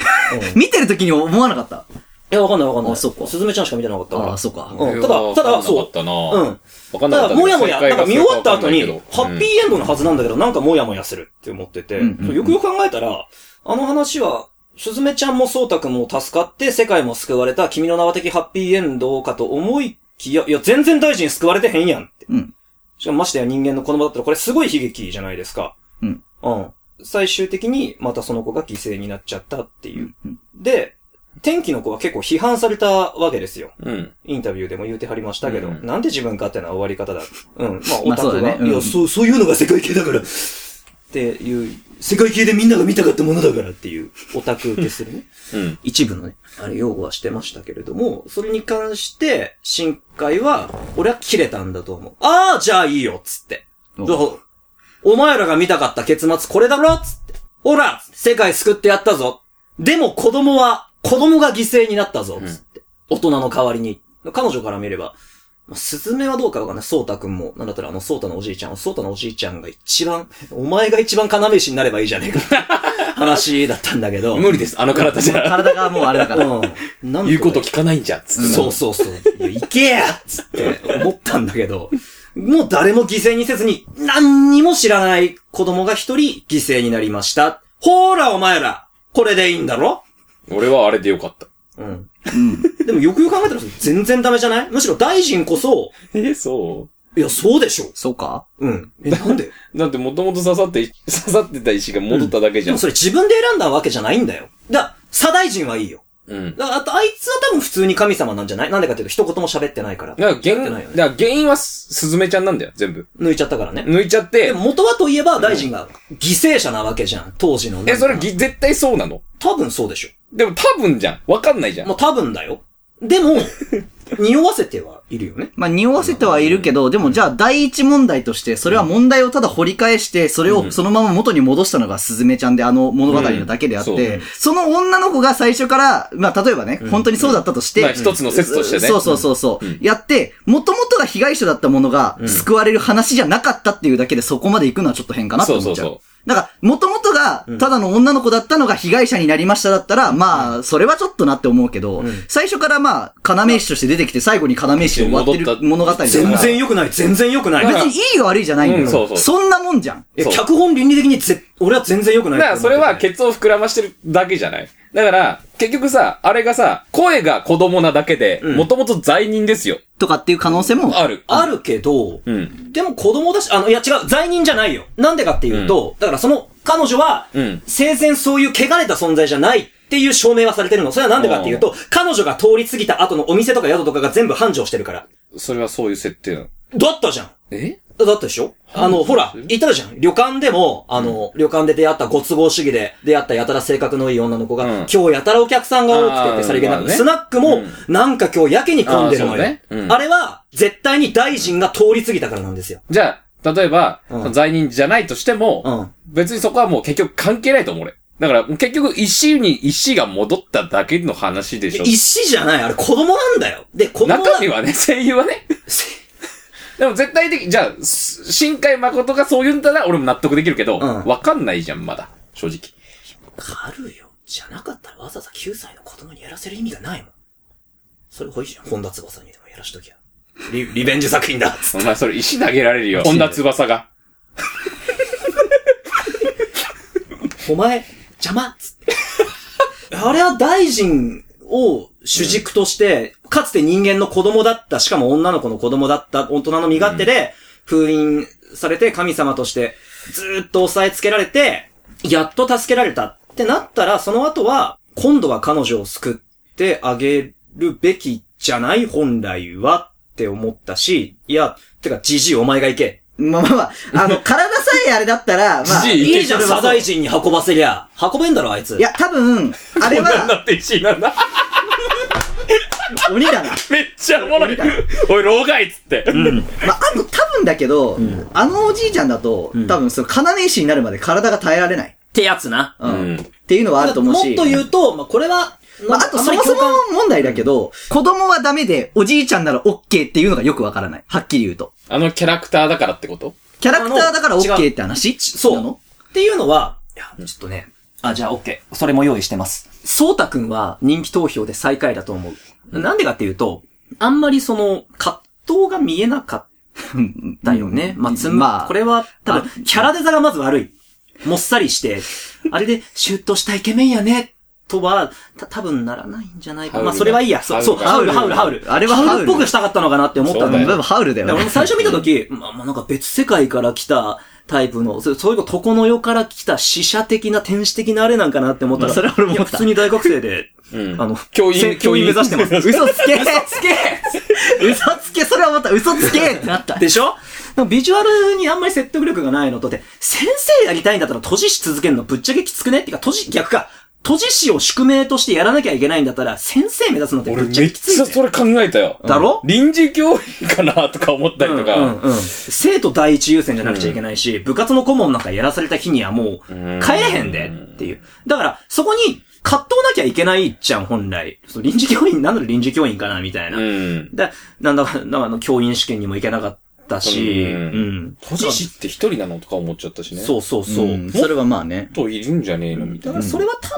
S2: 見てる時に思わなかった。
S1: いや、わかんないわかんない。
S2: あそっか
S1: すずめちゃんしか見てなかったから。
S2: ああ、そうか。
S1: うんただただそう
S3: わかんなかったな
S1: うん。
S3: わかんな
S1: た
S3: かっ
S1: だ、
S3: た。
S1: もやもや、
S3: 正解
S1: なん
S3: が
S1: か見終わった後に、
S3: 正
S1: ハ
S3: 解かわかん
S1: ッ
S3: な
S1: ピ
S3: いけど
S1: ーエンドのはずなんだけど、なんかもやもやするって思ってて、
S2: うんうんうん
S1: そうよくよく考えたら、あの話は、すずめちゃんもそうたくんも助かって、世界も救われた、君の名は的ハッピーエンドかと思いきや、いや、全然大臣救われてへんやんって。
S2: うん
S1: しかもましてや人間の子供だったら、これすごい悲劇じゃないですか。
S2: うん。
S1: うん。最終的に、またその子が犠牲になっちゃったっていう。
S2: うん
S1: で、天気の子は結構批判されたわけですよ。
S3: うん。
S1: インタビューでも言うてはりましたけど、
S3: うん
S1: なんで自分勝手な終わり方だ。うん。 まあ、
S2: ま
S1: オ
S2: あ
S1: タク
S2: そう
S1: が、
S2: だねうん
S1: いや、そう、そういうのが世界系だから。っていう、世界系でみんなが見たかったものだからっていう、オタク受けするね。
S3: うん。
S1: 一部のね、あれ、擁護はしてましたけれども、それに関して、深海は、俺は切れたんだと思う。ああ、じゃあいいよ、つって。
S2: うん
S1: そうお前らが見たかった結末これだろつって。ほら世界救ってやったぞでも子供は、子供が犠牲になったぞつって。大人の代わりに。彼女から見れば、まあスズメはどうかわかんない。ソータくんも、なんだったらあの、ソータのおじいちゃんは、ソータのおじいちゃんが一番、お前が一番要石になればいいじゃねえか。話だったんだけど。
S3: 無理です、あの 体じゃ。
S2: 体がもうあれだから。
S1: うん。なん
S3: 言うこと
S1: 聞
S3: 聞かないんじゃ、つって。
S1: そうそうそう。いや、行けやっつって思ったんだけど、もう誰も犠牲にせずに、何にも知らない子供が一人犠牲になりました。ほーら、お前らこれでいいんだろ
S3: 俺はあれでよかった。
S1: うん。
S2: うん。
S1: でもよくよく考えたら全然ダメじゃないむしろ大臣こそ、
S3: え、そ
S1: いや、そうでしょ。
S2: そうか
S1: うん。え、なん で
S3: うだってもともと刺さって、刺さってた石が戻っただけじ
S1: で
S3: ゃん
S1: も。それ自分で選んだわけじゃないんだよ。だから、左大臣はいいよ。
S3: うん。
S1: だあと、あいつは多分普通に神様なんじゃないなんでかっていうと一言も喋ってないから。
S3: だから
S1: や
S3: 原
S1: って
S3: 因、
S1: ないよね
S3: だから原因はすすずめちゃんなんだよ、全部。
S1: 抜いちゃったからね。
S3: 抜いちゃって
S1: で、も元はといえば大臣が犠牲者なわけじゃん。当時の。
S3: え、それぎ絶対そうなの
S1: 多分そうでし
S3: でも多分じゃん。わかんないじゃ
S1: ょ。
S3: ん。
S1: もう多分だよ。で も、匂わせてはいるよね。
S2: まあ、匂わせてはいるけど、でもじゃあ第一問題として、それは問題をただ掘り返して、それをそのまま元に戻したのがスズメちゃんで、あの物語のだけであっ
S3: うんそう
S2: て、その女の子が最初から、まあ、例えばね、本当にそうだったとし
S3: まあ
S2: て、
S3: 一つの説としてね
S2: そうそうそうそう。やって、元々が被害者だったものが救われる話じゃなかったっていうだけでそこまで行くのはちょっと変かなって思っちゃう。
S3: そうそうそう
S2: だから、元々が、ただの女の子だったのが被害者になりましただったら、まあ、それはちょっとなって思うけど、最初からまあ、要石として出てきて、最後に要石で終わってる物語だから。
S1: 全然良くない、全然良くない。
S2: 別にいいが悪いじゃないんだよ。
S3: うんそうそう
S2: そんなもんじゃん。
S1: いや
S3: そう
S1: 脚本倫理的にぜ、俺は全然良くない
S3: だ
S1: と
S3: か
S1: 思
S3: ら
S1: って
S3: そ
S1: て。
S3: れはケツを膨らましてるだけじゃない。だから、結局さ、あれがさ、声が子供なだけで、もともと罪人ですよ。
S2: とかっていう可能性も。
S3: ある。
S1: あるけど、
S3: うん。
S1: でも子供だし、あの、いや違う、罪人じゃないよ。なんでかっていうと、だからその、彼女は、
S3: うん
S1: 生前そういう汚れた存在じゃないっていう証明はされてるの。それはなんでかっていうと、彼女が通り過ぎた後のお店とか宿とかが全部繁盛してるから。
S3: それはそういう設定なの。
S1: だったじゃん。
S3: え
S1: だったでしょあの、ほら、いたじゃん。旅館でも、あの、旅館で出会ったご都合主義で出会ったやたら性格のいい女の子が、
S3: うん
S1: 今日やたらお客さんが多くてってさりげな
S3: あーま
S1: く、
S3: あね
S1: スナックも、なんか今日やけに混んでるの
S3: あーそ
S1: よ。
S3: う
S1: あ,、
S3: ねうん
S1: れは、絶対に大臣が通り過ぎたからなんですよ。
S3: じゃあ、例えば、
S1: うん
S3: 罪人じゃないとしても、
S1: う
S3: 別にそこはもう結局関係ないと思う俺。だから、結局石に石が戻っただけの話でしょ。
S1: 石じゃない、あれ子供なんだよ。で、子供が
S3: 中身はね、声優はね。でも絶対的、じゃあ、す新海誠がそう言うんだったら俺も納得できるけど、
S1: ん
S3: わかんないじゃん、まだ。正直。
S1: 軽いよ。じゃなかったらわざわざ9歳の子供にやらせる意味がないもん。それほいじゃん。本田翼にでもやらしときゃ。リ、リベンジ作品だ。
S3: お前それ石投げられるよ。本田翼が。
S1: お前、邪魔っつって。 あれは大臣を主軸として、かつて人間の子供だった、しかも女の子の子供だった、大人の身勝手で、封印されて神様として、ずーっと押さえつけられて、やっと助けられたってなったら、その後は、今度は彼女を救ってあげるべきじゃない本来はって思ったし、いや、てか、じじいお前が行け。
S2: まあまあまあ、あの、体さえあれだったら、まあ、
S3: じじ
S2: い
S3: い行け
S1: いいじゃん、左大臣に運ばせりゃ。運べんだろ、あいつ。
S2: や、多分、あれ
S3: なんだ
S2: は、
S3: って石なんだ。
S2: 鬼だな。
S3: めっちゃおもろい。おい、老害っつって。
S2: まあ、あと多分だけど、あのおじいちゃんだと、多分その要石になるまで体が耐えられない。
S1: ってやつな。
S2: うん。
S3: うん
S2: っていうのはあると思うし。
S1: もっと言うと、まあ、これは、
S2: まあ、あとそもそも問題だけど、子供はダメで、おじいちゃんなら OK っていうのがよくわからない。はっきり言うと。
S3: あのキャラクターだからってこと
S2: キャラクターだから
S1: あの違う
S2: OK って話
S1: そう
S2: なの
S1: っていうのは、いや、ちょっとね、あ、じゃあ OK。それも用意してます。そうたくんは人気投票で最下位だと思う。なんでかっていうと、あんまりその、葛藤が見えなかったよね。まあ、つん
S2: ま
S1: ま
S2: あ、
S1: これは多分、キャラデザがまず悪い。もっさり して、あれでシュッとしたイケメンやね、とは、た、多分ならないんじゃないか。
S3: ハウル
S1: ま
S3: が
S1: あ、それはいいや。そう、そう、ハ
S3: ハ
S1: ウル、
S3: ウルが
S1: ハウル、ハウル。
S2: あれはハウル
S1: ハウルっぽくしたかったのかなって思った
S3: そ
S1: ん
S3: う
S1: だ
S3: だ
S2: 多
S3: よ
S2: 分ハウルだ
S1: だから
S2: よ
S1: 俺も。
S2: ね
S1: 最初見たとき、 まあまあなんか別世界から来たタイプの、そそういうこと床の世から来た死者的な天使的なあれなんかなって思ったら、
S2: それは俺も
S1: い
S2: 思
S1: や
S2: った
S1: 普通に大学生で、
S3: うん
S1: あの、
S3: 教員
S1: せ教員目指してます。
S2: 嘘つけ嘘
S1: つけ
S2: つけそれはまた嘘つけってなった。
S1: でしょなんかビジュアルにあんまり説得力がないのとで、先生やりたいんだったら閉じし続けるのぶっちゃけきつくねっていうか、閉じ、逆か。閉じ師を宿命としてやらなきゃいけないんだったら、先生目指すのって
S3: 俺
S1: ぶ
S3: め
S1: っ
S3: っ
S1: ちゃけきつい
S3: ち
S1: ぜ、
S3: ゃそれ考えたよ。
S1: だろ
S3: 臨時教員かなとか思ったりとか。
S1: うんうんうん、生徒第一優先じゃなくちゃいけないし、部活の顧問なんかやらされた日にはもう
S3: うん、
S1: 帰れへんでっていう。だから、そこに、葛藤なきゃいけないじゃん、本来。そう臨時教員、なんだろ臨時教員かな、みたいな。
S3: うん。
S1: で、なんだか、なんかあの、教員試験にも行けなかったし、う
S3: うん
S1: ん。
S3: 都知事って一人なのとか思っちゃったしね。。
S1: そううそうそう。
S2: んそれはまあね。
S3: といるんじゃねえのみた
S1: だか
S3: いな
S1: ら、。それは多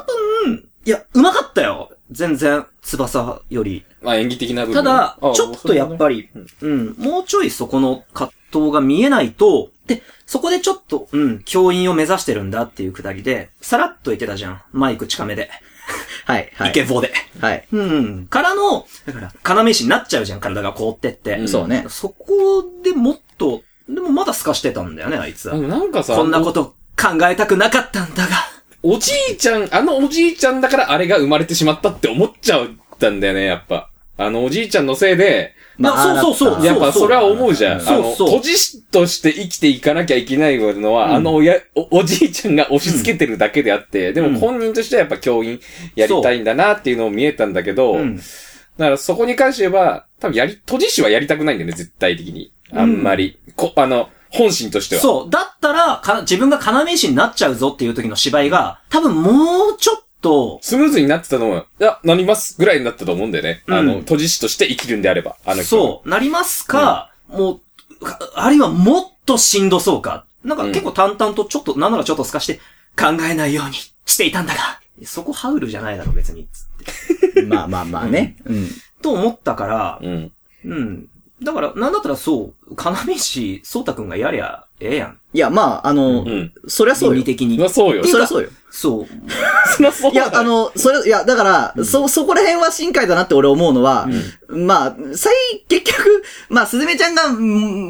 S1: 分、いや、うまかったよ。全然、翼より。
S3: まあ演技的な部
S1: た
S3: 分ね。
S1: だ
S3: あ、
S1: ちょっとやっぱり、うん、もうちょいそこの葛藤が見えないと、で、そこでちょっと、うん、教員を目指してるんだっていうくだりで、さらっと言ってたじゃん。マイク近めで。
S2: はい、は
S1: イ
S2: い。
S1: ケボで。
S2: はい。
S1: うん。からの、だから、要石になっちゃうじゃん、体が凍ってって。
S2: そうね。
S1: そこでもっと、でもまだ透かしてたんだよね、あいつ
S3: で
S1: は。
S3: もなんかさ、
S1: こんなこと考えたくなかったんだが。
S3: おじいちゃん、あのおじいちゃんだからあれが生まれてしまったって思っちゃったんだよね、やっぱ。あのおじいちゃんのせいで、
S2: まあ
S1: なそうそうそう。
S3: やっぱそれは思
S1: う。
S3: うじゃん。あ
S1: そう
S3: の、
S1: そう
S3: 都知事として生きていかなきゃいけないのは、あのおやお、おじいちゃんが押し付けてるだけであって、でも本人としてはやっぱ教員やりたいんだなっていうのを見えたんだけど、
S1: うん
S3: だからそこに関しては、多分やり、都知事はやりたくないんだよね、絶対的に。あんまり。こ、あの、本心としては。
S1: そう。だったら、か自分が要石になっちゃうぞっていう時の芝居が、多分もうちょっと、
S3: スムーズになってたのは、いや、なりますぐらいになったと思うんだよね。
S1: うん
S3: あの、都知事として生きるんであれば、あの人は
S1: そう、なりますか、もう、かあるいはもっとしんどそうか。なんか
S3: うん
S1: 結構淡々とちょっと、なんならちょっと透かして、考えないようにしていたんだが、そこハウルじゃないだろ、別に。
S2: まあまあまあね。うん。
S1: と思ったから、
S3: うん。
S1: うん。だから、なんだったらそう、要石、そうたくんがやりゃ、ええやん。
S2: いや、まあ、あの
S3: う、ん。
S2: そりゃそ
S1: 倫
S2: う
S1: 理
S2: よ。
S1: 的
S3: ま
S1: に
S3: あ。そうよ。
S2: そりゃそうよ。
S1: そう。
S3: そりゃそう
S2: いや、あの、それ、いや、だから、そ、そこら辺は深海だなって俺思うのは、まあ、最、結局、まあ、すずめちゃんが、う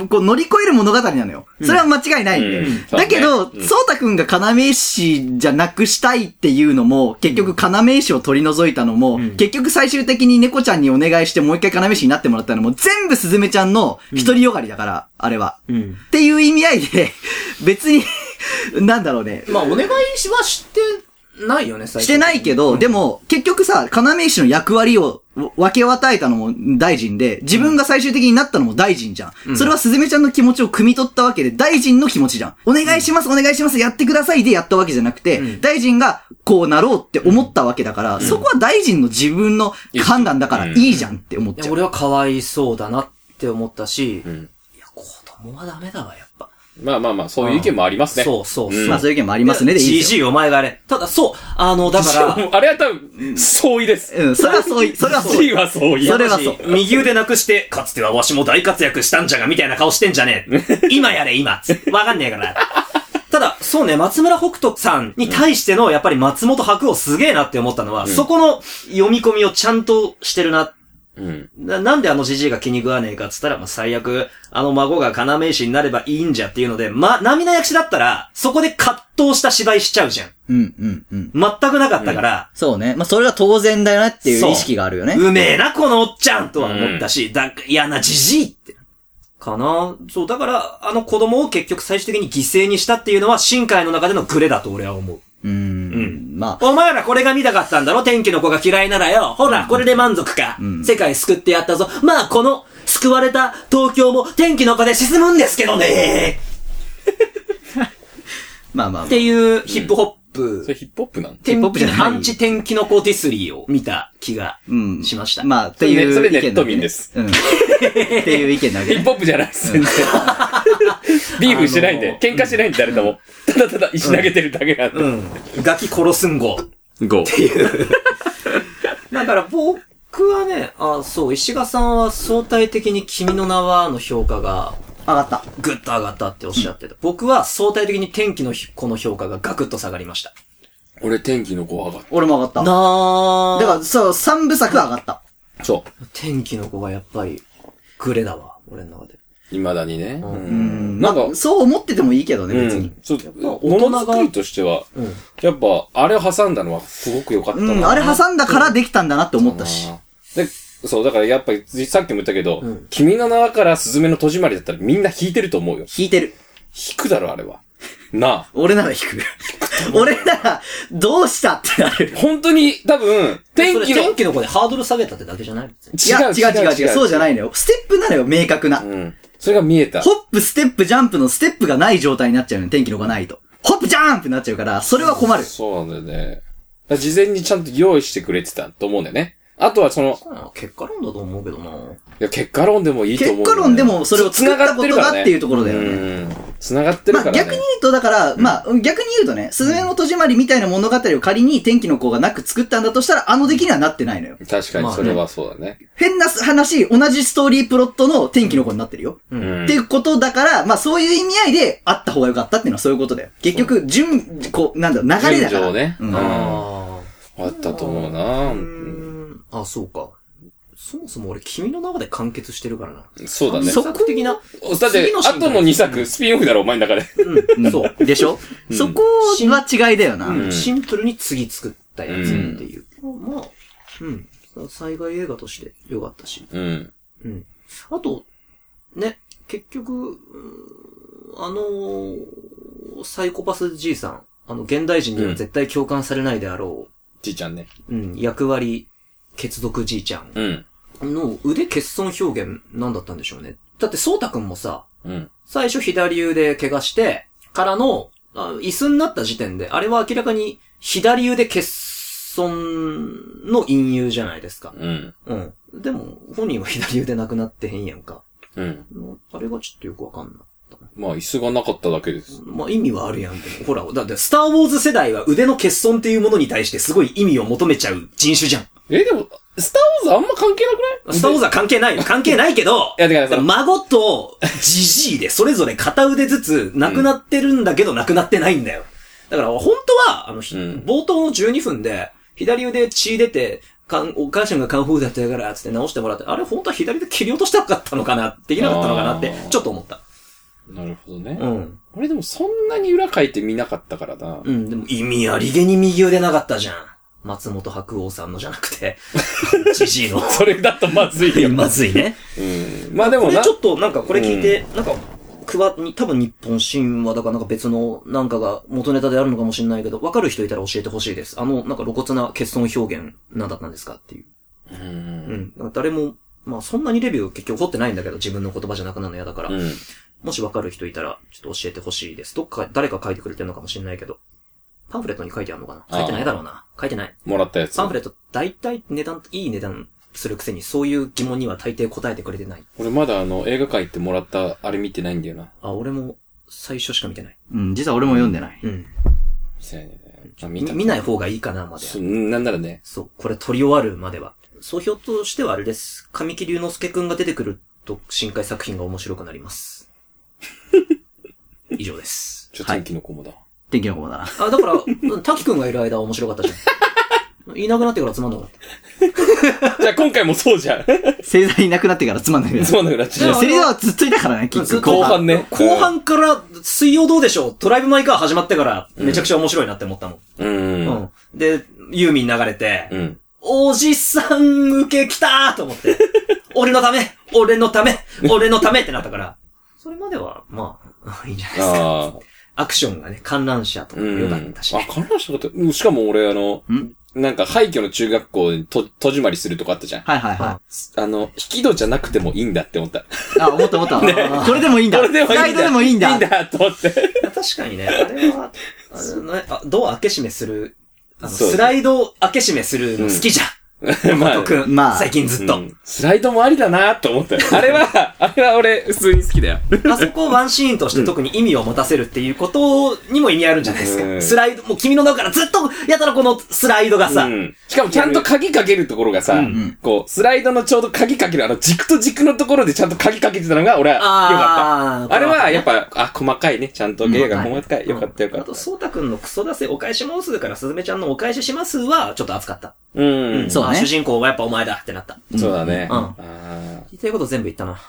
S2: んこう、乗り越える物語なのよ。それは間違いないんで。
S3: うんうん
S2: だけど、
S3: そうねうん
S2: そうたくんが要石じゃなくしたいっていうのも、結局要石を取り除いたのも、結局最終的に猫ちゃんにお願いしてもう一回要石になってもらったのも、全部すずめちゃんの独りよがりだから、あれは。
S1: うん。
S2: っていう意味合いで、別に、なんだろうね。
S1: まあ、お願いはしてないよね、最
S2: してないけど、でも、結局さ、要石の役割を分け与えたのも大臣で、自分が最終的になったのも大臣じゃん。それはすずめちゃんの気持ちを汲み取ったわけで、大臣の気持ちじゃん。お願いします、お願いします、やってくださいでやったわけじゃなくて、大臣がこうなろうって思ったわけだから、そこは大臣の自分の判断だからいいじゃんって思っ
S1: いや
S2: ちゃう。
S1: 俺はかわいそうだなって思ったし、
S3: ん
S1: いや、子供はダメだわ、やっぱ。
S3: まあまあまあ、そういう意見もありますね。
S1: そうそうそう。
S2: まあそういう意見もありますねでいいです
S1: GG お前があれ。ただ、そう、あの、 だから、
S3: もう あれは多分、相違です。
S2: よ。うん、それはそうい、それはそう
S3: C は相違。
S2: それはそう。
S1: 右腕なくして、かつてはわしも大活躍したんじゃが、みたいな顔してんじゃね え。今やれ、今。わかんねえから。ただ、そうね、松村北斗さんに対しての、やっぱり松本白鸚すげえなって思ったのは、そこの読み込みをちゃんとしてるな。
S3: うん。
S1: ななんであのじじいが気に食わねえかっつったら、まあ、最悪、あの孫が要石になればいいんじゃっていうので、ま、涙役者だったら、そこで葛藤した芝居しちゃうじゃん。
S2: うん、うん、うん。
S1: 全くなかったから、
S2: そうね。まあ、それが当然だよなっていう意識があるよね。
S1: うめえな、このおっちゃんとは思ったし、だ、嫌なじじいって。かなそう、だから、あの子供を結局最終的に犠牲にしたっていうのは、深海の中でのグレだと俺は思う。
S2: うん、うん、まあ、
S1: お前らこれが見たかったんだろ天気の子が嫌いならよ。ほら、これで満足か。世界救ってやったぞ。まあ、この、救われた東京も天気の子で沈むんですけどね
S2: まあまあまあ
S1: っ。ていうヒップホップ
S3: そ、れヒップホップなの
S2: ヒップホップじゃない
S1: アンチ天気の子ディスリーを見た気が
S2: うん。
S1: しました。
S2: まあ、っていう意見
S3: それね
S2: だけ
S3: それネット民です。
S2: うん。っていう意見だ
S3: ヒ
S2: け
S3: ッ
S2: ね。
S3: プホップじゃないで す。全然ビーフしてないんで、喧嘩してないんで誰とも。ただただ石投げてるだけなんで。
S1: うん。ガキ殺すんご。
S6: 5。
S1: だから僕はね、あ、そう、石賀さんは相対的に君の名はの評価が
S2: 上がった。
S1: ぐっと上がったっておっしゃってた。僕は相対的に天気のひこの評価がガクッと下がりました。
S3: 俺天気の子上がっ
S2: 俺も上がった。だ
S1: なー。
S2: から、そう、三部作は上がった。
S3: た。そう。
S1: 天気の子がやっぱりグレだわ、俺の中で。
S3: 未だにね。う
S2: うん
S3: なんか、
S2: まあそう思っててもいいけどね、
S3: う
S2: 別に
S3: ん。。そう、
S1: 大人が
S3: ものづくりとしては、
S1: うん
S3: やっぱ、あれを挟んだのはすごく良かった
S2: う
S3: な。
S2: ん、あれ挟んだからできたんだなって思ったし。
S3: で、そう、だからやっぱり、さっきも言ったけど、
S1: ん
S3: 君の名はからスズメの戸締まりだったらみんな引いてると思うよ。
S2: 引いてる。
S3: 引くだろ、あれは。なあ。
S2: 俺なら引く。 俺なら、どうしたってなる。
S3: 本当に、多分、天
S1: それ
S3: 気の、
S1: 天気の子でハードル下げたってだけじゃない
S2: いや、違う違う違う。そうじゃないのよ。ステップなのよ、明確な。
S3: うん。それが見えた。
S2: ホップ、ステップ、ジャンプのステップがない状態になっちゃうのよ、天気のがないと。ホップ、ジャンプになっちゃうから、それは困る。
S3: そうなんだよね。だから事前にちゃんと用意してくれてたと思うんだよね。あとはその、
S1: あ結果論だと思うけどない
S3: や、結果論でもいいと思う、
S2: 結果論で、もそれを作ったことがっていうところだ
S3: う
S2: よね。
S3: ん。繋がってる
S2: ま
S3: か
S2: あ
S3: らね。
S2: 逆に言うと、だから、まあ逆に言うとね、すずめの戸締まりみたいな物語を仮に天気の子がなく作ったんだとしたら、あの出来にはなってないのよ。
S3: 確かにそれはそうだね。
S2: 変な話、同じストーリープロットの天気の子になってるよ。
S3: う
S2: っ
S3: ん
S2: ていうことだから、まあそういう意味合いであった方が良かったっていうのはそういうことだよ。結局、順、こう、なんだろう、流れだ
S3: 順序
S2: か
S3: を
S2: ら。
S3: ね。
S2: う
S3: うんん。
S1: あ
S3: あったと思うなうん
S1: あ、そうか。そもそも俺、君の中で完結してるからな。
S3: そうだね。
S1: そこ的な。
S3: だって
S1: 次、のシー
S3: あ
S1: ン
S3: との2作、スピンオフだろ、お前の中で。
S1: うん、そう。
S2: でしょ、そこは違いだよな。
S3: うん
S1: シンプルに次作ったやつっていう。まあ、うん。災害映画として良かったし。
S3: うん。
S1: うん。あと、ね、結局、うーんあのーサイコパスじいさん、あの、現代人には絶対共感されないであろ
S3: じいちゃんね。
S1: う、うん、役割、血族じいちゃん
S3: うん。
S1: の腕欠損表現、なんだったんでしょうね。だって、そうたくんもさ、
S3: うん。
S1: 最初左腕怪我して、からの、あ椅子になった時点で、あれは明らかに左腕欠損の隠誘じゃないですか。
S3: うん。
S1: うん。でも、本人は左腕なくなってへんやんか。
S3: うん。
S1: あれがちょっとよくわかんない。
S3: まあ、椅子がなかっただけです。
S1: まあ意味はあるやん、でも。ほら、だって、スターウォーズ世代は腕の欠損っていうものに対してすごい意味を求めちゃう人種じゃん。
S3: え、でも、スターウォーズあんま関係なくない
S1: スターウォーズは関係ないよ。関係ないけど、
S3: いや、だからさ、
S1: 孫とジジイでそれぞれ片腕ずつなくなってるんだけどなくなってないんだよ。だから本当は、あの、ひ
S3: うん
S1: 冒頭の12分で、左腕血出て、かんお母さんがカンフーだったから、つって直してもらって、あれ本当は左で切り落としたかったのかな、できなかったのかなって
S3: あー、
S1: ちょっと思った。
S3: なるほどね。
S1: うん。
S3: 俺でもそんなに裏書いて見なかったからな。
S1: うん、でも意味ありげに右腕なかったじゃん。松本白鸚さんのじゃなくて、 じじいの。
S3: それだとまずいよ。
S1: まずいね。
S3: うん。まあでも
S1: で、
S3: な
S1: ち、ょっとなんかこれ聞いて、なんか、くわ、に、多分日本神話だかなんか別のなんかが元ネタであるのかもしれないけど、わかる人いたら教えてほしいです。あの、なんか露骨な欠損表現、なんだったんですかっていう。
S3: う。
S1: うんん。なんか誰も、まあそんなにレビュー結局掘ってないんだけど、自分の言葉じゃなくなるの嫌だから。
S3: うん。
S1: もしわかる人いたら、ちょっと教えてほしいです。どっか、誰か書いてくれてるのかもしれないけど。パンフレットに書いてあるのかな書いてないだろうな。書いてない。
S3: もらったやつ
S1: パン。フレット、大体値段、いい値段するくせに、そういう疑問には大抵答えてくれてない。
S3: 俺まだあの、映画館行ってもらったあれ見てないんだよな。
S1: あ、俺も、最初しか見てない。
S2: うん、実は俺も読んでない。
S1: うん。
S3: せやねあ見
S1: 見
S3: た。
S1: 見ない方がいいかな、まで。
S3: そうなんならね。
S1: そう、これ撮り終わるまでは。総評としてはあれです。神木隆之介くんが出てくると、深海作品が面白くなります。以上です。
S3: ちょ、天気の子もだ。
S2: 天気の子だな。
S1: あ、だから、うん滝くんがいる間は面白かったじゃん。いなくなってからつまんなかった。
S3: じゃあ今回もそうじゃん。
S2: 星座いなくなってからつまんないけど。
S3: そうなくなっちゃう
S2: セリフはずっといたからね、結
S1: ずっ
S2: 局。
S1: と
S3: 後半ね。
S1: 後半から、水曜どうでしょうドライブ・マイ・カー始まってから、めちゃくちゃ面白いなって思ったもん。
S3: うん。う。
S1: うんん。で、ユーミン流れて、
S3: うん。
S1: おじさん受け来たーと思 って、俺のため俺のため俺のためってなったから、それまでは、まあ、いいんじゃないですか。
S3: ああ。
S1: アクションがね、観覧車とか
S3: うん。
S1: 良かったし
S3: あ、
S1: ね。
S3: 観覧車だった。うんしかも俺あの
S2: ん、
S3: なんか廃墟の中学校にと、戸締まりするとこあったじゃん。
S2: はいはいは
S3: あの、引き戸じゃなくてもいいんだって思った。
S2: い。あ、思った思 った。これでもいいんだ。
S3: これでもいいんだ。
S2: ガイドでもいいんだ。
S3: いいんだ、と思って。
S1: 確かにね、あれは、あのね、あドア開け閉めする、あの、
S3: そう
S1: スライド開け閉めするの好きじゃん。
S3: ま
S1: 僕、
S2: まあ
S1: 最近ずっと。
S3: うんスライドもありだなと思ったよ。あれは、あれは俺、普通に好きだよ。
S1: あそこをワンシーンとして特に意味を持たせるっていうことにも意味あるんじゃないです
S3: うん
S1: か。スライド、もう君の中からずっと、やたらこのスライドがさ、
S3: うんしかもちゃんと鍵かけるところがさ、こう、スライドのちょうど鍵かける、あの、軸と軸のところでちゃんと鍵かけてたのが、俺は、よか
S1: あー
S3: った。あれは、やっぱ、あ、細かいね。ちゃんと芸が細かい。よかったよか
S1: あ
S3: った
S1: と、。そうたくんのクソ出せお返し申すから、すずめちゃんのお返ししますは、ちょっと熱かった。
S3: うん。
S2: そうね
S1: あ主人公がやっぱお前だってなった。
S3: そうだね。
S1: うん
S3: あー
S1: 言いたいこと全部言ったな。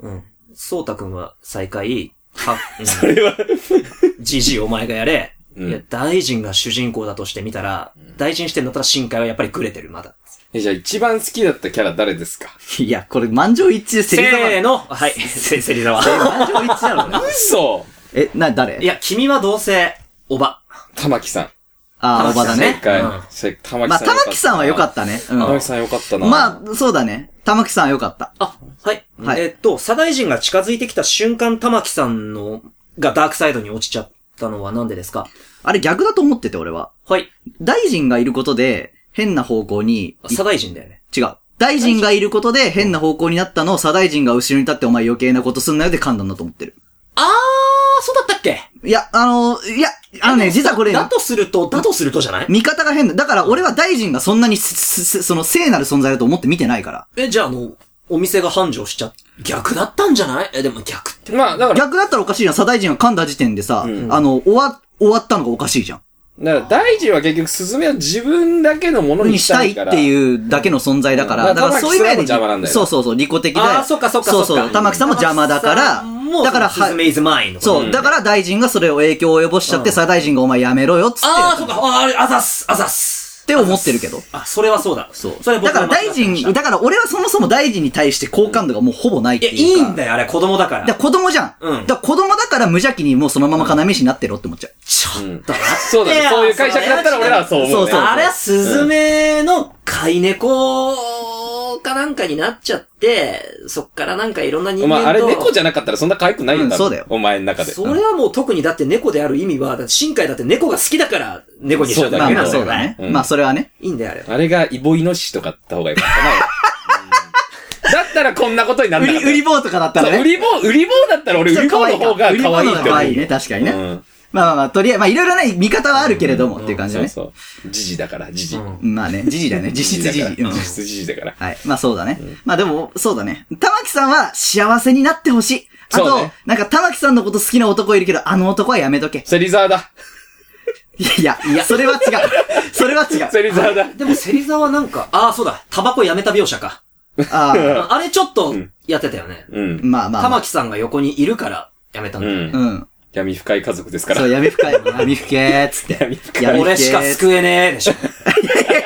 S1: うん。そうたくんは最下位、は、
S3: これは、
S1: じじいお前がやれ。
S3: うん
S1: いや、大臣が主人公だとしてみたら、大臣してんだったら深海はやっぱりグレてる、まだ。
S3: えじゃあ一番好きだったキャラ誰ですか
S2: いや、これ満場一致でセ
S1: せ
S2: リフ
S1: ーのはい、せ、せりざわ。
S2: 満場一致なのね。
S3: 嘘
S2: え、な、誰
S1: いや、君はどうせ、おば。
S3: 玉木さん。
S2: あー、おばだ
S3: 正
S2: ね。
S3: 解
S1: うん。
S3: せ玉木
S2: まあ、
S3: さん。
S2: 玉木さんは良か
S3: た。
S2: ったね。
S3: 玉
S2: う
S3: 木さん良かったな。
S2: ん。まあ、そうだね。玉木さんは良かった。
S1: あ、はい。
S2: はい
S1: えーっと、左大臣が近づいてきた瞬間、玉木さんの、がダークサイドに落ちちゃったのはなんでですか
S2: あれ逆だと思ってて、俺は。
S1: はい。
S2: 大臣がいることで、変な方向に、
S1: 左大臣だよね。
S2: 違う。大臣がいることで変な方向になったのを、左大臣が後ろに立ってお前余計なことすんなよで噛んだんだと思ってる。
S1: あー、そうだったっけ
S2: いや、あの、いや、あのね、実はこれ、
S1: だとすると、だとするとじゃない
S2: 見方が変だ。だから俺は大臣がそんなにす、すすその聖なる存在だと思って見てないから。
S1: え、じゃあ、あの、お店が繁盛しちゃ、逆だったんじゃないえ、でも逆って。
S3: まあ、だから、
S2: 逆だったらおかしいな。左大臣が噛んだ時点でさ、
S3: う
S2: あの、終わ、終わったのがおかしいじゃん。
S3: だから、大臣は結局、スズメを自分だけのものに
S2: に
S3: し
S2: したた
S3: い
S2: い
S3: か
S2: っ
S3: ら。
S2: ていうだけの存在だから、
S3: うん
S2: だからそういう意味で、
S3: 玉木さんも邪魔なんだよ
S2: そうそうそう、利己的で。
S1: あーそっかそっかそっか
S2: そうそう、玉木さんも邪魔だから、
S1: もう、
S2: だから、
S1: スズ
S2: は
S1: メイズマインのことね。
S2: そう、だから大臣がそれを影響を及ぼしちゃって、左大臣がお前やめろよっつって、
S1: ああ、そ
S2: っ
S1: っか、あーあれ、あざっす、あざっす。
S2: て思ってるけど。
S1: あ、それはそうだ。そう。それは
S2: だ
S1: 僕
S2: から
S1: は間違
S2: 大
S1: ってました
S2: 臣、だから俺はそもそも大臣に対して好感度がもうほぼないっ
S1: い
S2: て
S1: や、
S2: い
S1: いういん
S2: よ。
S1: だよ、あれ、子供だから。
S2: だから子供じゃん。
S1: うん
S2: だから子供だから無邪気にもうそのまま要石になってろって思っちゃう。
S1: ちょっ
S3: うん
S1: と待って
S3: そうだね。
S1: よ
S3: そういう解釈だったら俺らはそう思う、ね。
S2: そうそう
S1: あれはスズメの飼い猫かなんかになっちゃって、そっからなんかいろんな人
S3: お
S1: 間と。
S3: 前、あれ猫じゃなかったらそんな可愛くないよ、
S2: うん
S3: 多分
S2: そうだよ
S3: お前の中で。
S1: それはもう特にだって猫である意味は、だって深海だって猫が好きだから猫にしちゃった
S2: ま
S1: だ
S2: あ
S1: けな
S2: まあ
S1: んだ
S2: そ
S1: よ
S2: うだ
S1: ね。
S2: ね。
S3: うん
S2: まあそれはね。
S1: いいんだよ、あれは。
S3: あれがイボイノシシとかだった方がよかった な。俺だったらこんなことになん
S2: 売
S3: なか
S2: り、
S3: った
S2: 売り棒とかだった
S3: そう
S2: らね。
S3: 売り棒、売り棒だったら俺、売り棒の方が可愛いって思
S2: 売
S3: う
S2: り棒の方が可愛いね、確かにね。
S3: うん
S2: まあまあまあ、とりあえず、まあいろいろね、見方はあるけれどもっていう感じ
S3: そ
S2: だ
S3: う
S2: ね。
S3: そう。じじだから、じじ。
S2: まあね、じじだよね。実質じじ。
S3: だから
S2: うん
S3: 実質じじだから。
S2: はい。まあそうだね。まあでも、そうだね。玉木さんは幸せになってほしい。あ
S3: そう
S2: と、
S3: ね
S2: なんか玉木さんのこと好きな男いるけど、あの男はやめとけ。
S3: 芹沢だ。
S2: いやいや、それは違う。それは違う。
S3: 芹沢だ。
S1: でも、芹沢なんか、ああ、そうだ、タバコやめた描写か。
S2: ああ、
S1: あれちょっと、やってたよね。
S3: うん。
S2: まあまあま
S1: 玉
S2: あ。
S1: 木さんが横にいるから、やめたん
S3: う
S1: だよね。
S3: ん。
S2: うん。
S3: 闇深い家族ですから
S2: そう、。闇深い。闇深けーっつって。闇深
S1: 俺しか救えねえ でしょ。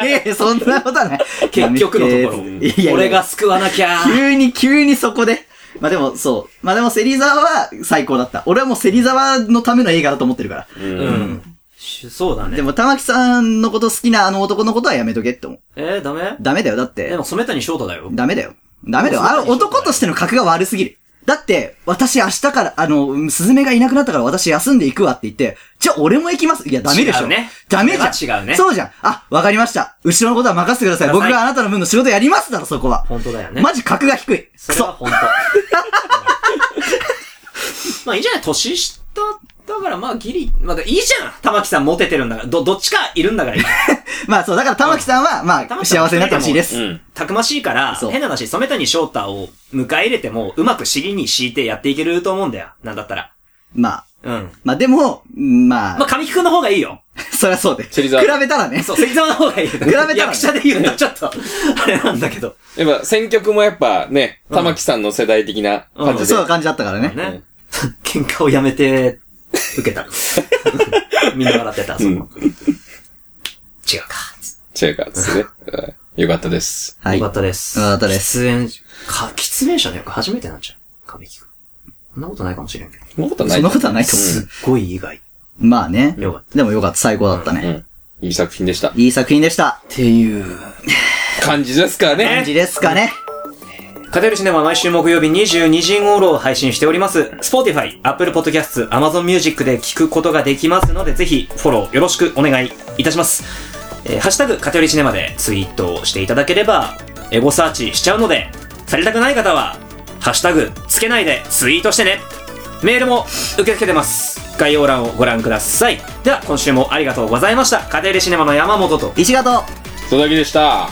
S2: いやいや、そんなことはない。
S1: 結局のところ
S2: 闇深えっつっていやいやいや
S1: 俺が救わなきゃ。
S2: 急に、急にそこで。まあでも、そう。まあでも、芹沢は最高だった。俺はもう芹沢のための映画だと思ってるから。
S1: うん。そうだ
S2: で
S1: ね。
S2: も、玉木さんのこと好きなあの男のことはやめとけって思う。
S1: えー、ダメ
S2: ダメだよ、だっ
S1: で
S2: て。
S1: も、染谷翔太だよ。
S2: ダメだよ。ダメだよ。
S1: もうそん
S2: あ
S1: なに
S2: の、男としての格が悪すぎる。だって、私明日から、あの、うんスズメがいなくなったから私休んでいくわって言って、じゃあ俺も行きます。いや、ダメでし
S1: 違
S2: ょ。
S1: うね
S2: ダメじゃん。
S1: 違うね
S2: そうじゃん。あ、わかりました。うちのことは任せてください。
S1: くださ
S2: 僕
S1: い
S2: があなたの分の仕事やりますだろ、そこは。
S1: 本当だよね。
S2: マジ格が低い。
S1: それは本当。 まあいいじゃない、年下だからまあギリ、まだいいじゃん玉木さんモテてるんだから、ど、どっちかいるんだからいいじゃん。
S2: まあそう、だから玉木さんは、ま
S1: 玉
S2: あ、
S1: 木さん
S2: 幸せになってほしいで
S3: う
S2: す。
S3: ん。
S1: たくましい から、
S2: そう
S1: 変な話、染谷翔太を迎え入れても、うまく尻に敷いてやっていけると思うんだよ。なんだったら。
S2: まあ、
S1: うん。
S2: まあでも、うんま
S1: まあ、
S2: あ、
S1: 神木くんの方がいいよ。
S2: そりゃそうで。比
S3: 芹
S2: べ
S3: 沢
S2: たらね。
S1: そう、関沢の方がいいよ。比
S2: べたらね
S1: 役者で言うとちょっと、あれなんだけど。
S3: やっぱ、選曲もやっぱね、玉木さんの世代的な感じで。
S2: そういう感じだったからね。
S1: ね。 喧嘩をやめて、受 けた。みんな笑ってた、そこ。
S3: うん
S1: 違うか。
S3: 違うか、ですね。うんよかったです。
S2: はい。
S1: よか
S2: よ
S1: ったです。
S2: かったです。
S1: 喫煙、か、喫煙者の役初めてなんじゃん。神木くん。そんなことないかもしれんけど。
S3: そんなことない。
S2: そんなことはないと思
S1: すっごい意外。っ
S2: う。まあね。
S1: よかっ
S2: でもよかった。最高だったね。
S3: うん。いい作品でした。
S2: いい作品でした。
S1: ていう。
S3: 感じですから
S2: 感
S3: ね。
S2: じですかね。
S1: カテルシネマは毎週木曜日22時頃を配信しております。Spotify、Apple Podcast、Amazon Music で聞くことができますので、ぜひフォローよろしくお願いいたします。えーハッシュタグ、カテルシネマでツイートをしていただければ、エゴサーチしちゃうので、されたくない方は、ハッシュタグ、つけないでツイートしてね。メールも受け付けてます。概要欄をご覧ください。では、今週もありがとうございました。カテルシネマの山本と、
S2: 石形
S3: 戸田木でした。